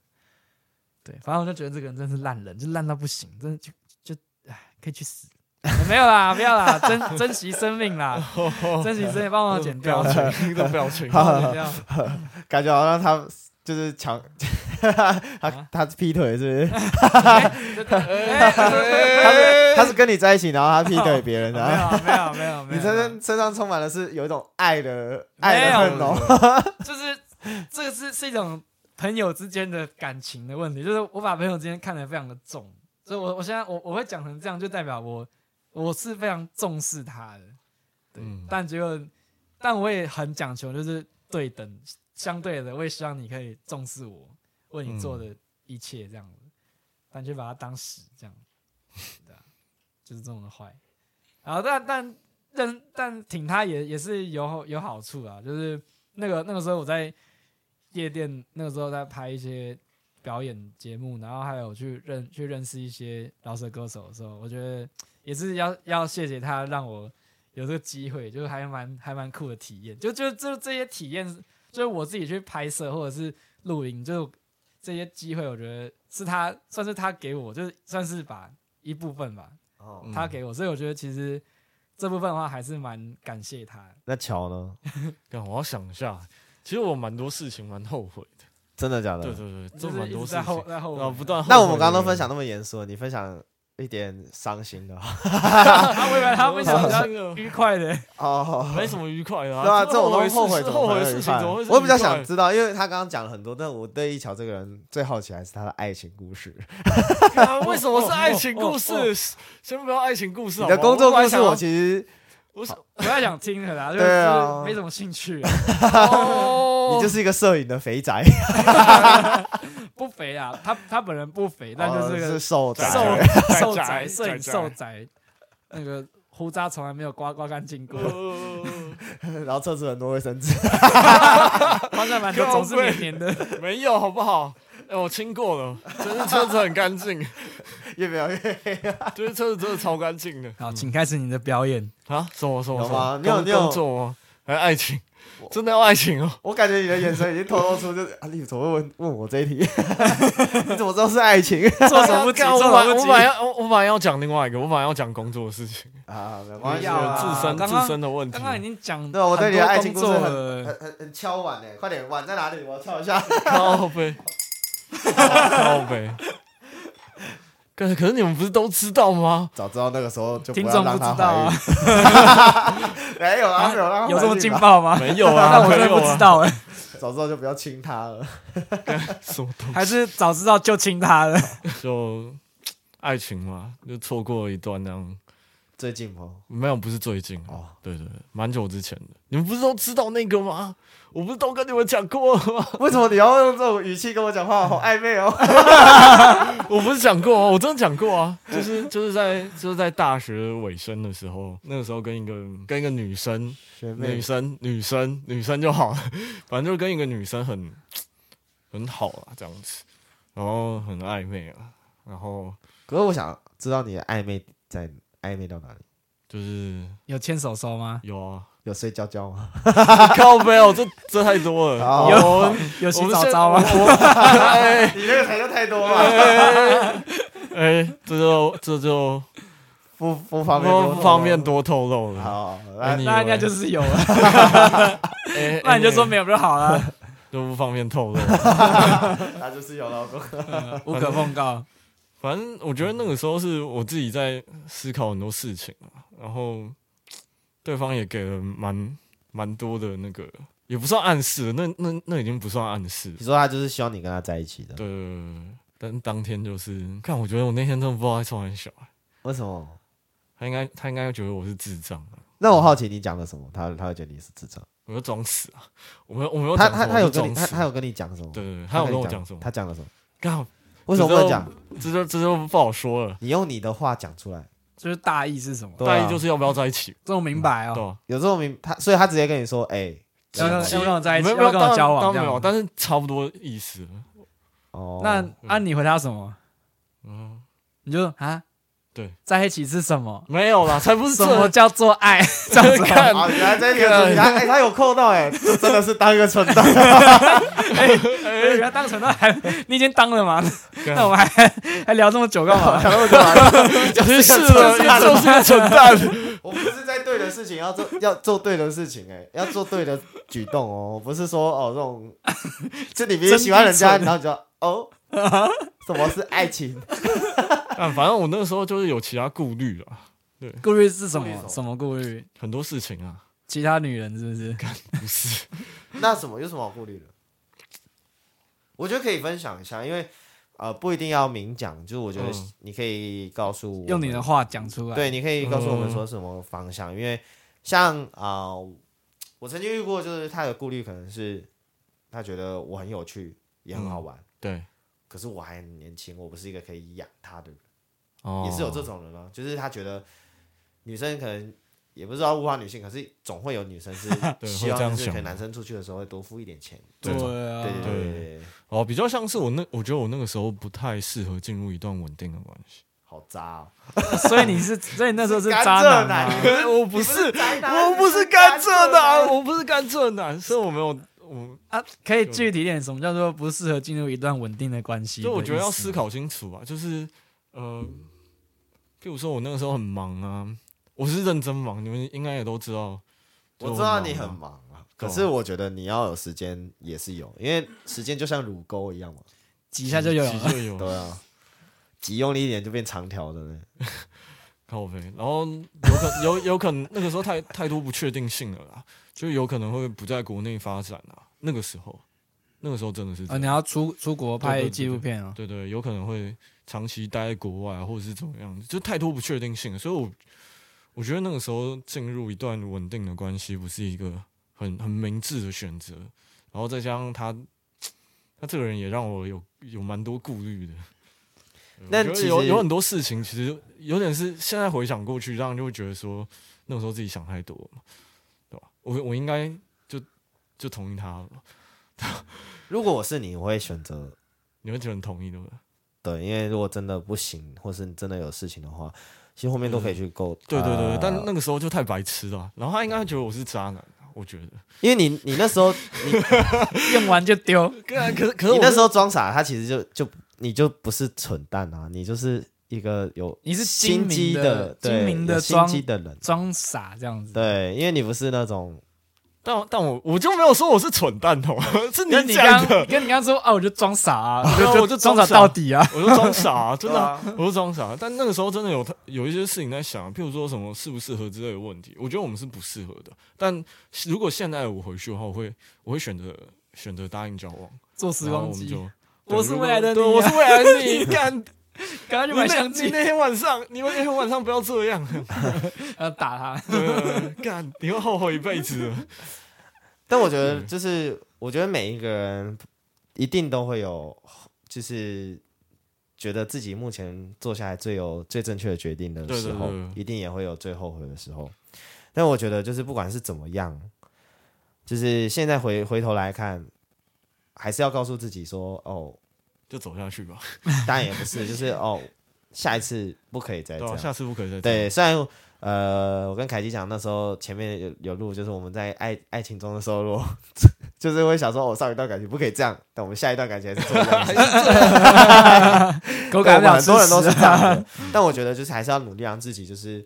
B: 对，反正我就觉得这个人真是烂人，就烂到不行，真的就就唉，可以去死。 没有啦，不要啦，珍珍惜生命啦， 珍惜生命，帮我剪掉
C: 表， 情的表情，
B: 帮我剪掉。
A: 感觉好像他就是强， 他
B: 啊
A: 他劈腿是不是？
B: 这 这哎
A: 他是他是跟你在一起，然后他劈腿别人
B: 没
A: 然后
B: 有没有没有没 有，
A: 你身上身上充满的是有一种爱的
B: 没
A: 爱的
B: 有
A: 恨浓，
B: 就是这个是是一种朋友之间的感情的问题，就是我把朋友之间看得非常的重，所以我我现在我我会讲成这样，就代表我我是非常重视他的，对，
C: 嗯
B: 但结果但我也很讲求就是对等相对的，我也希望你可以重视我为你做的一切这样子，但却把它当屎这样， 对啊，就是这么的坏。然后但但但但挺他也也是有有好处啊，就是那个那个时候我在夜店，那个时候在拍一些表演节目，然后还有去认去认识一些饶舌歌手的时候，我觉得也是要要谢谢他让我有这个机会，就是还蛮还蛮酷的体验。就就就这些体验，就是我自己去拍摄或者是录影，就这些机会，我觉得是他算是他给我，就是算是把一部分吧，
A: 哦
C: 嗯
B: 他给我，所以我觉得其实这部分的话还是蛮感谢他的。
A: 那乔呢？
C: 干我要想一下，其实我蛮多事情蛮后悔的，
A: 真的假
C: 对
A: 的？
C: 对对，
B: 就
C: 这
B: 是
C: 蛮
B: 一直
C: 多事
B: 在后
C: 情，哦
B: 在后
C: 然后
B: 悔
C: 不断后悔。
A: 那我们刚刚都分享那么严肃，你分享一点伤心的
B: 他 未来他
C: 我们
B: 分享
C: 想
B: 比
C: 到
B: 较
C: 这个
B: 愉快的，
A: 哦。
C: 没什么愉快的、
A: 对啊，这种
C: 后
A: 东
C: 悔
A: 西后悔
C: 事
A: 怎
C: 后
A: 么
C: 悔
A: 会
C: 的
A: 有
C: 事
A: 愉
C: 情
A: 快
C: 怎么会是愉快？
A: 我比较想知道，因为他刚刚讲了很多，但我对一乔这个人最好奇还是他的爱情故事。
C: 啊 为什么是爱情故事？
B: 哦哦哦
C: 先不要爱情故事
A: 你
C: 好
A: 的
C: 不好
A: 工作故事，我
C: 我
A: 其实
C: 我是
B: 不太想听了 啦，就
A: 对啊
B: 是没什么兴趣啊，
C: 哦，
A: 你就是一个摄影的肥宅，
B: 不肥啊，他他本人不肥，但就是
A: 哦
B: 个
A: 是瘦宅。
B: 瘦
C: 宅
B: 瘦
C: 宅
B: 宅，摄
C: 宅
B: 影
C: 宅
B: 瘦宅，那个胡渣从来没有刮刮干净过，
C: 呃
A: 然后厕所很多卫生纸，
B: 方向盘都总是黏黏的。
C: 没有好不好？哎，我清过了，真是车子很干 净，
A: 越描越黑
C: 就是车子真的超干净的
B: 好，请开始你的表演。
C: 啊！什么什么
A: 有
C: 什么
A: 吗？你有
C: 工
A: 你有
C: 工作吗？还有爱情？真的要爱 情哦？
A: 我感觉你的眼神已经透露出，就是啊，你怎么会问问我这一题？ 你怎么知道是爱情
B: 措手不及，
C: 干
B: 措
C: 我
B: 手
C: 本
B: 不
C: 我
B: 及
C: 本。来要我我本来要讲另外一个，我本来要讲工作的事情，
A: 啊？没
B: 不
A: 关系
B: 要
A: 啊，
B: 啦
C: 自身
B: 刚刚
C: 自身的问题
B: 刚。刚已经讲
A: 对啊我对你的爱情故事很
B: 很多工作了
A: 很很很敲碗哎，快点碗在哪里？我敲一下。
C: 靠背，靠背。可是可是你们不是都知道吗？
A: 早知道那个时候就
B: 听
A: 不
B: 众
A: 要
B: 不
A: 让
B: 知
A: 他
B: 道啊
A: 怀，孕， 没有啊，没有让他
B: 有这么
A: 怀
B: 劲
A: 孕吧
B: 爆吗？
C: 没有
B: 那
C: 啊，
B: 我真
C: 没
B: 的
C: 有
B: 不知
C: 啊，
B: 道哎，
A: 早知道就不要亲他了。
C: 什么东
B: 还是早知道就亲他了。
C: 西？就爱情嘛，就错过一段那样。
A: 最近吗？
C: 没有，不是最近哦
A: 哦，
C: 对对对，蛮久之前的。你们不是都知道那个吗？我不是都跟你们讲过了吗？
A: 为什么你要用这种语气跟我讲话？ 好暧昧哦。
C: 我不是讲过啊，我真的讲过啊，就是就是在就是在大学尾声的时候，那个时候跟一个跟一个女生，
A: 学
C: 女
A: 妹，
C: 生，女生，女生就好了， 反正就是跟一个女生很很好啊，这样子，然后很暧昧啊，然后
A: 可是我想知道你的暧昧在暧昧到哪里？
C: 就是
B: 有牵手手吗？
C: 有啊，
A: 有睡觉觉吗？
C: 靠背哦，这这太多了。
A: 好
C: 我们
B: 有
C: 我
B: 洗
C: 们
B: 澡
C: 现
B: 澡吗？
C: 我 哎
A: 你那个才叫太多嘛，
C: 哎，这就这就
A: 不不方便
C: 不
A: 多
C: 方便。多透露了。
A: 好，来
C: 你以为
B: 那应该就是有了，
C: 哎，
B: 那你就说
C: 哎
B: 没有就好了，
C: 就不方便透露。
A: 那就是有老公。
B: 无可奉告。
C: 反正我觉得那个时候是我自己在思考很多事情啊，然后对方也给了蛮蛮多的那个，也不算暗示，那那那已经不算暗示了
A: 你。说他就是希望你跟他在一起的，
C: 对对对对对但当天就是，看我觉得我那天真的不知道在冲很小、
A: 为什么？
C: 他应该他应该会觉得我是智障啊，
A: 那我好奇你讲了什么，他他会觉得你是智障。
C: 我就装死啊，我没有我没有
A: 他
C: 讲
A: 他
C: 什么
A: 他有
C: 我就
A: 跟你他
C: 装死，
A: 他有跟你讲什么？
C: 对对对，他有跟我讲什么，
A: 他讲了什么？
C: 刚好
A: 为什么不能讲？
C: 这就这就不好说了，
A: 你用你的话讲出来。
B: 就是大意是什么？
A: 对
C: 大
A: 啊
C: 意就是要不要在一起，
B: 这我明白
C: 对
B: 哦，
C: 吧？
A: 有这种明他，所以他直接跟你说，哎，
B: 要跟
C: 其
B: 要跟我在一起，
C: 没
B: 要
C: 有没有
B: 跟我交
C: 当
B: 往
C: 然
B: 这
C: 没有，
B: 样。
C: 但是差不多意思了。
A: 哦，
B: 那啊，你回答什么？
C: 嗯，
B: 你就啊，
C: 对，
B: 在一起是什么？
C: 没有啦，才不是
B: 什
C: 这
B: 么叫做爱？ 这样子哦，
C: 看
A: 啊，原来这一点主题，他哎，他有扣到哎，这真的是当一个蠢蛋。
B: 原来当成都还你已经当了嘛？
C: 干
B: 那我们还还聊这么久干 嘛？
A: 然后就把
C: 真是
A: 这个
B: 啊
C: 的，
A: 蠢蛋
C: 就是 个蠢蛋。
A: 我不是在对的事情，要做要做对的事情、哎，要做对的举动哦，不是说哦这 种，是你明明喜欢人家，
B: 真愚蠢
A: 然后你就哦，什么是爱情？
C: 啊，反正我那时候就是有其他顾虑了，
B: 顾虑是什
A: 顾虑什
B: 么？
A: 么
B: 什么顾虑？
C: 很多事情啊，
B: 其他女人是不 是？
C: 不是，
A: 那什么有什么好顾虑的？我觉得可以分享一下，因为呃不一定要明讲，就是我觉得
C: 嗯
A: 你可以告诉我们
B: 用你的话讲出来。
A: 对，，你可以告诉我们
C: 嗯
A: 说什么方向，因为像啊、呃我曾经遇过，就是他的顾虑可能是他觉得我很有趣，也很好
C: 嗯
A: 玩。
C: 对，
A: 可是我还很年轻，我不是一个可以养他的人，
C: 哦
A: 也是有这种人啊，就是他觉得女生可能也不知道物化女性，可是总会有女生是
C: 对
A: 希
C: 会这
A: 望
C: 样
A: 就是
C: 想嗯
A: 可能男生出去的时候会多付一点钱，
C: 对
B: 对
A: 对对
B: 啊，
A: 对对对，
C: 哦，比较像是我那，我觉得我那个时候不太适合进入一段稳定的关系。
A: 好渣哦！
B: 所以你是，所以你那 时候是
A: 甘
B: 渣
A: 蔗
B: 男吗？
A: 可是
C: 我
A: 你是，渣男
C: 我不是甘蔗
A: 啊
C: 男，，我不是甘蔗男，所以我没有，我
B: 啊，可以具体一点，什么叫做不适合进入一段稳定的关系？
C: 就我觉得要思，考清楚吧，就是呃，譬如说我那个时候很忙啊，我是认真忙，你们应该也都知道。
A: 我知道你
C: 就我
A: 很
C: 啊
A: 忙啊，可是我觉得你要有时间也是有，因为时间就像乳沟一样嘛。
B: 挤一下就有
C: 急
B: 了。
C: 就有，
A: 对啊，挤用力一点就变长条的呢。
C: 靠背，然后有可有有可能那个时候太太多不确定性了啦， 就有可能会不在国内发展啊。那个时候，那个时候真的是这
B: 啊，
C: 样
B: 你要出出国
C: 对
B: 拍
C: 对对
B: 纪录片啊？
C: 对对，有可能会长期待在国外啊，或者是怎么样，就太多不确定性了，所以我我觉得那个时候进入一段稳定的关系，不是一个很很明智的选择。然后再加上他，他这个人也让我有有蛮多顾虑的。
A: 那
C: 我觉得
A: 其实
C: 嗯有有很多事情，其实有点是现在回想过去，让人就会觉得说那个时候自己想太多了嘛，对吧？我我应该就就同意他了吧，
A: 如果我是你，我会选择
C: 你会觉得很同意对不对？
A: 对，因为如果真的不行，或是你真的有事情的话，其实后面都可以去沟。
C: 嗯对对对，
A: 呃
C: 对但那个时候就太白痴了啊。然后他应该觉得我是渣男，啊我觉得。
A: 因为你你那时候你
B: 用完就丢，
C: 啊可可是可
A: 你那时
C: 候
A: 候装傻，他其实就就你就不是蠢蛋啊，你就是一个有
B: 你是精
A: 心
B: 明
A: 机
B: 的
A: 对
B: 精明的
A: 有心
B: 装
A: 机的人。
B: 装傻这样子。
A: 对，因为你不是那种
C: 但但我我就没有说我是蠢蛋哦， 是
B: 跟你
C: 讲
B: 刚
C: 的，
B: 跟你刚说啊，我就装傻 啊，
C: 对啊
B: 就
C: 我就
B: 装
C: 装
B: 傻
C: 傻
B: 到底啊。
C: 我就装傻啊，真的啊，
A: 对啊
C: 我就装傻。但那个时候真的有有一些事情在想，啊譬如说什么适不适合之类的问题，我觉得我们是不适合的。但如果现在我回去的话，我会我会选择选择答应交往，
B: 坐时
C: 然后
B: 光
C: 我们
B: 机，
C: 就。
B: 我是未来的
C: 对，
B: 你啊
C: 我是未来的 你。干，
B: 赶快去
C: 你
B: 买
C: 那
B: 相
C: 你
B: 机，
C: 那天晚上，你那天晚上不要这样。
B: 要呃打 他。
C: 对，干，你会后悔一辈子的。
A: 但我觉得
C: 嗯
A: 就是，我觉得每一个人一定都会有，就是觉得自己目前做下来最有最正确的决定的
C: 对对
A: 时候，
C: 对对
A: 一定也会有最后悔的时候。但我觉得就是不管是怎么样，就是现在回回头来看，还是要告诉自己说，哦，
C: 就走下去吧。
A: 当然也不是，就是哦，下一次不可以再哎这
C: 对啊，
A: 样。
C: 下次不可以再这样
A: 对，虽然呃，我跟凯基讲，那时候前面有有录，就是我们在爱爱情中的收入，就是会想说，哦我、上一段感情不可以这样，但我们下一段感情还是做一样的事情。
B: 狗
A: 对
B: 改
A: 我们
B: 不了
A: 很
B: 吃
A: 多人都
B: 屎
A: 是这样的，但我觉得就是还是要努力让自己就是，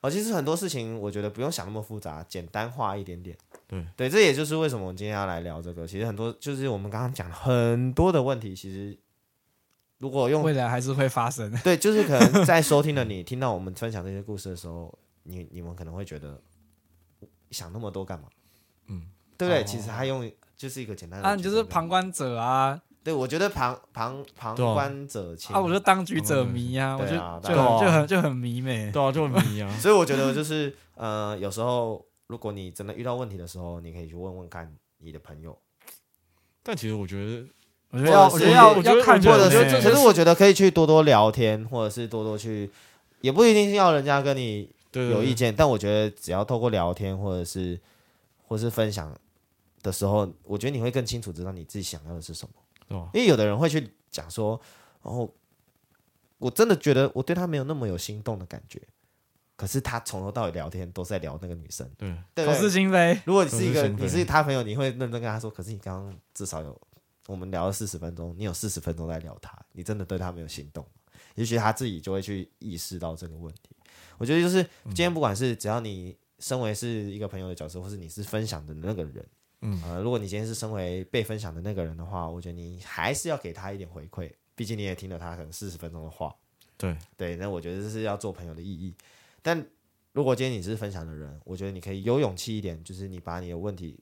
A: 哦，其实很多事情我觉得不用想那么复杂，简单化一点点。
C: 对
A: 对，这也就是为什么我们今天要来聊这个。其实很多就是我们刚刚讲很多的问题，其实如果用
B: 未来还是会发生。
A: 对，就是可能在收听的你听到我们分享这些故事的时候，你你们可能会觉得想那么多干嘛？
C: 嗯，
A: 对不对？
B: 哦
A: 其实他用就是一个简单的，
B: 啊，你就是旁。观者啊，
A: 对，我觉得旁旁旁
C: 对啊
A: 观者清
B: 啊，我就当局者迷啊，我
A: 对
B: 就
A: 啊
B: 就
A: 对
C: 啊
B: 很就很就很迷妹。
C: 对啊，就很迷啊。
A: 所以我觉得就是呃，有时候如果你真的遇到问题的时候，你可以去问问看你的朋友，
C: 但其实我觉得，
B: 我觉得要，
A: 或
B: 我
A: 者
B: 觉
A: 是
B: 得要
C: 我觉得
B: 要看
A: 或者
B: 人
C: 我觉得
A: 是，
C: 这
B: 欸
A: 可是我觉得可以去多多聊天，或者是多多去，也不一定是要人家跟你
C: 对对
A: 有意
C: 对
A: 见，但我觉得只要透过聊天或者是或是分享的时候，我觉得你会更清楚知道你自己想要的是什么。
C: 对啊吧？
A: 因为有的人会去讲说，哦，我真的觉得我对他没有那么有心动的感觉，可是他从头到尾聊天都在聊那个女生，
C: 对，
A: 对不
B: 口
A: 对
B: 是心非。
A: 如果你是一
C: 口
A: 个
C: 是心非
A: 你是他朋友，你会认真跟他说，可是你刚刚至少有我们聊了四十分钟，你有四十分钟在聊他，你真的对他没有心动吗，也许他自己就会去意识到这个问题。我觉得就是今天不管是只要你身为是一个朋友的角色，或是你是分享的那个人，
C: 嗯
A: 呃，如果你今天是身为被分享的那个人的话，我觉得你还是要给他一点回馈，毕竟你也听了他可能四十分钟的话，
C: 对
A: 对，那我觉得这是要做朋友的意义。但如果今天你是分享的人，我觉得你可以有勇气一点，就是你把你的问题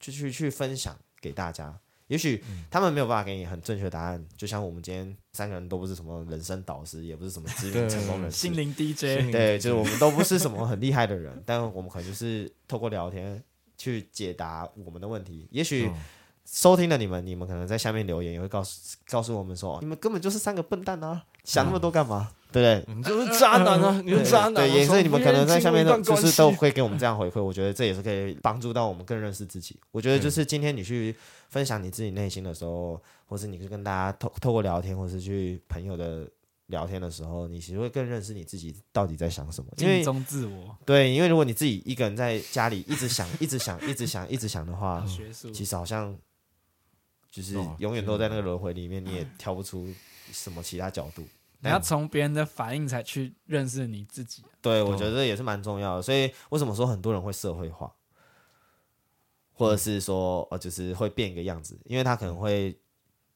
A: 就去去分享给大家。也许他们没有办法给你很正确的答案，就像我们今天三个人都不是什么人生导师，也不是什么知名
C: 对
A: 成功人士
B: 心，灵
C: 心
B: DJ，
C: 灵
A: 对，就是我们都不是什么很厉害的人，但我们可能就是透过聊天去解答我们的问题。也许
C: 嗯
A: 收听的你们，你们可能在下面留言也会告诉告诉我们说，你们根本就是三个笨蛋啊，想那么多干嘛？对不对？
C: 你就是渣男啊，你
A: 对
C: 是渣男
A: 嗯
C: 啊。
A: 对，也是你们可能在下面都
C: 都
A: 就是都会给我们这样回馈，我觉得这也是可以帮助到我们更认识自己。我觉得就是今天你去分享你自己内心的时候，或是你去跟大家透透过聊天，或是去朋友的聊天的时候，你其实会更认识你自己到底在想什么。因为
B: 镜中自我，
A: 对，因为如果你自己一个人在家里一直想、一直想、一直想、一直想的话，
B: 学术。
A: 嗯其实好像就是
C: 哦
A: 永远都在那个轮回里面，你也挑不出什么其他角度。
B: 你要从别人的反应才去认识你自己。啊
A: 对，我
C: 哦
A: 觉得这也是蛮重要的。所以为什么说很多人会社会化，
C: 嗯
A: 或者是说呃，就是会变一个样子，因为他可能会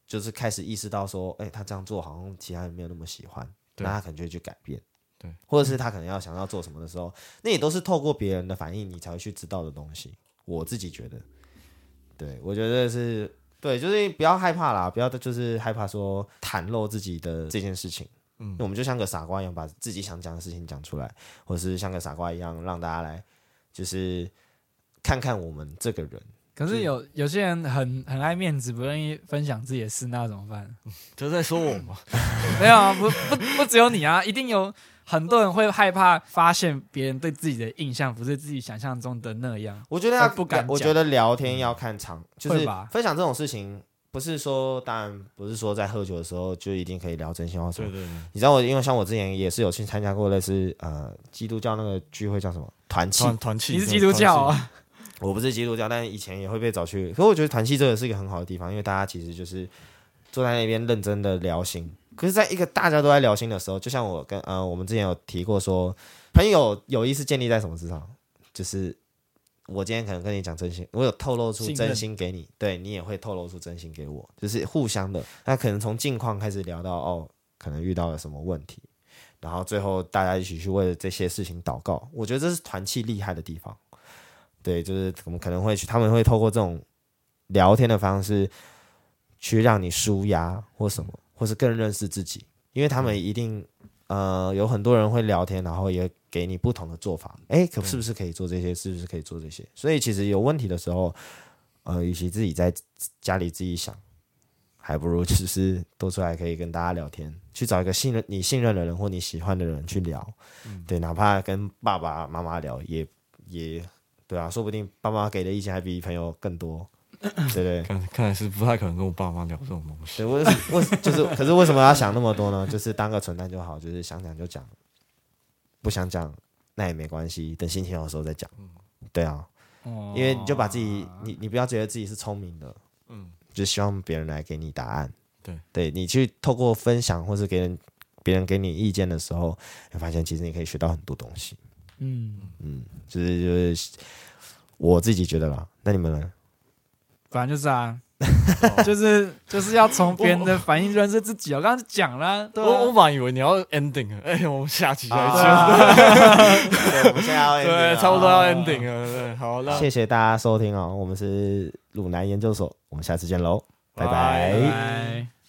A: 就是开始意识到说，哎、他这样做好像其他人没有那么喜欢，
C: 对
A: 那他可能就会去改变。
C: 对，
A: 或者是他可能要想要做什么的时候，那也都是透过别人的反应，你才会去知道的东西。我自己觉得，对我觉得是对，就是不要害怕啦，不要就是害怕说袒露自己的这件事情。
C: 嗯
A: 我们就像个傻瓜一样，把自己想讲的事情讲出来，或是像个傻瓜一样，让大家来就是看看我们这个人。
B: 可是有有些人很很爱面子，不愿意分享自己的事，那怎么办？
C: 就在说我嘛。
B: 没有啊，不不不只有你啊，一定有很多人会害怕发现别人对自己的印象不是自己想象中的那样。
A: 我觉得要
B: 呃不敢
A: 我
B: 讲嗯
A: 觉得聊天要看场，就是
B: 会吧
A: 分享这种事情，不是说当然不是说在喝酒的时候就一定可以聊真心话什
C: 对
A: 么。
C: 对对，
A: 你知道我，因为像我之前也是有去参加过类似呃基督教那个聚会，叫什么团契？
C: 团团契。
B: 你是基督教啊？
A: 我不是基督教，但以前也会被找去。可我觉得团契这个是一个很好的地方，因为大家其实就是坐在那边认真的聊心。可是，在一个大家都在聊心的时候，就像我跟呃，我们之前有提过说，朋友友谊是建立在什么之上？就是我今天可能跟你讲真心，我有透露出
B: 信任
A: 真心给你，对你也会透露出真心给我，就是互相的。那可能从近况开始聊到哦，可能遇到了什么问题，然后最后大家一起去为了这些事情祷告。我觉得这是团契厉害的地方。对，就是我们可能会去，他们会透过这种聊天的方式去让你舒压或什么，或是更认识自己，因为他们一定呃有很多人会聊天，然后也给你不同的做法，哎，可是不是可以做这些？是不是可以做这些？所以其实有问题的时候，呃，与其自己在家里自己想，还不如就是多出来可以跟大家聊天，去找一个信任你信任的人或你喜欢的人去聊，对，哪怕跟爸爸妈妈聊也也对啊，说不定爸妈给的意见还比朋友更多，对对。
C: 看看来是不太可能跟我爸妈聊这种东西。
A: 对，为为 就是，可是为什么要想那么多呢？就是当个蠢蛋就好，就是想讲就讲，不想讲那也没关系，等心情好的时候再讲。
C: 嗯
A: 对啊，
B: 哦
A: 因为你就把自己，你你不要觉得自己是聪明的，嗯，就希望别人来给你答案。
C: 对，
A: 对你去透过分享或是给人别人给你意见的时候，你发现其实你可以学到很多东西。
B: 嗯，
A: 就是就是我自己觉得啦，那你们呢？
B: 反正就是啊，
C: 哦
B: 就是就是要从别人的反应认识自己。我刚刚讲了啊，对
C: 我我
B: 啊
C: 本来以为你要 ending 了， 哎、我们下期再见。
A: 啊 对，我们现在要 ending
C: 对，
A: 了
C: 差不多要 ending 了。对，好，那
A: 谢谢大家收听哦，我们是鲁南研究所，我们下次见喽，拜
C: 拜
A: 拜
B: 拜。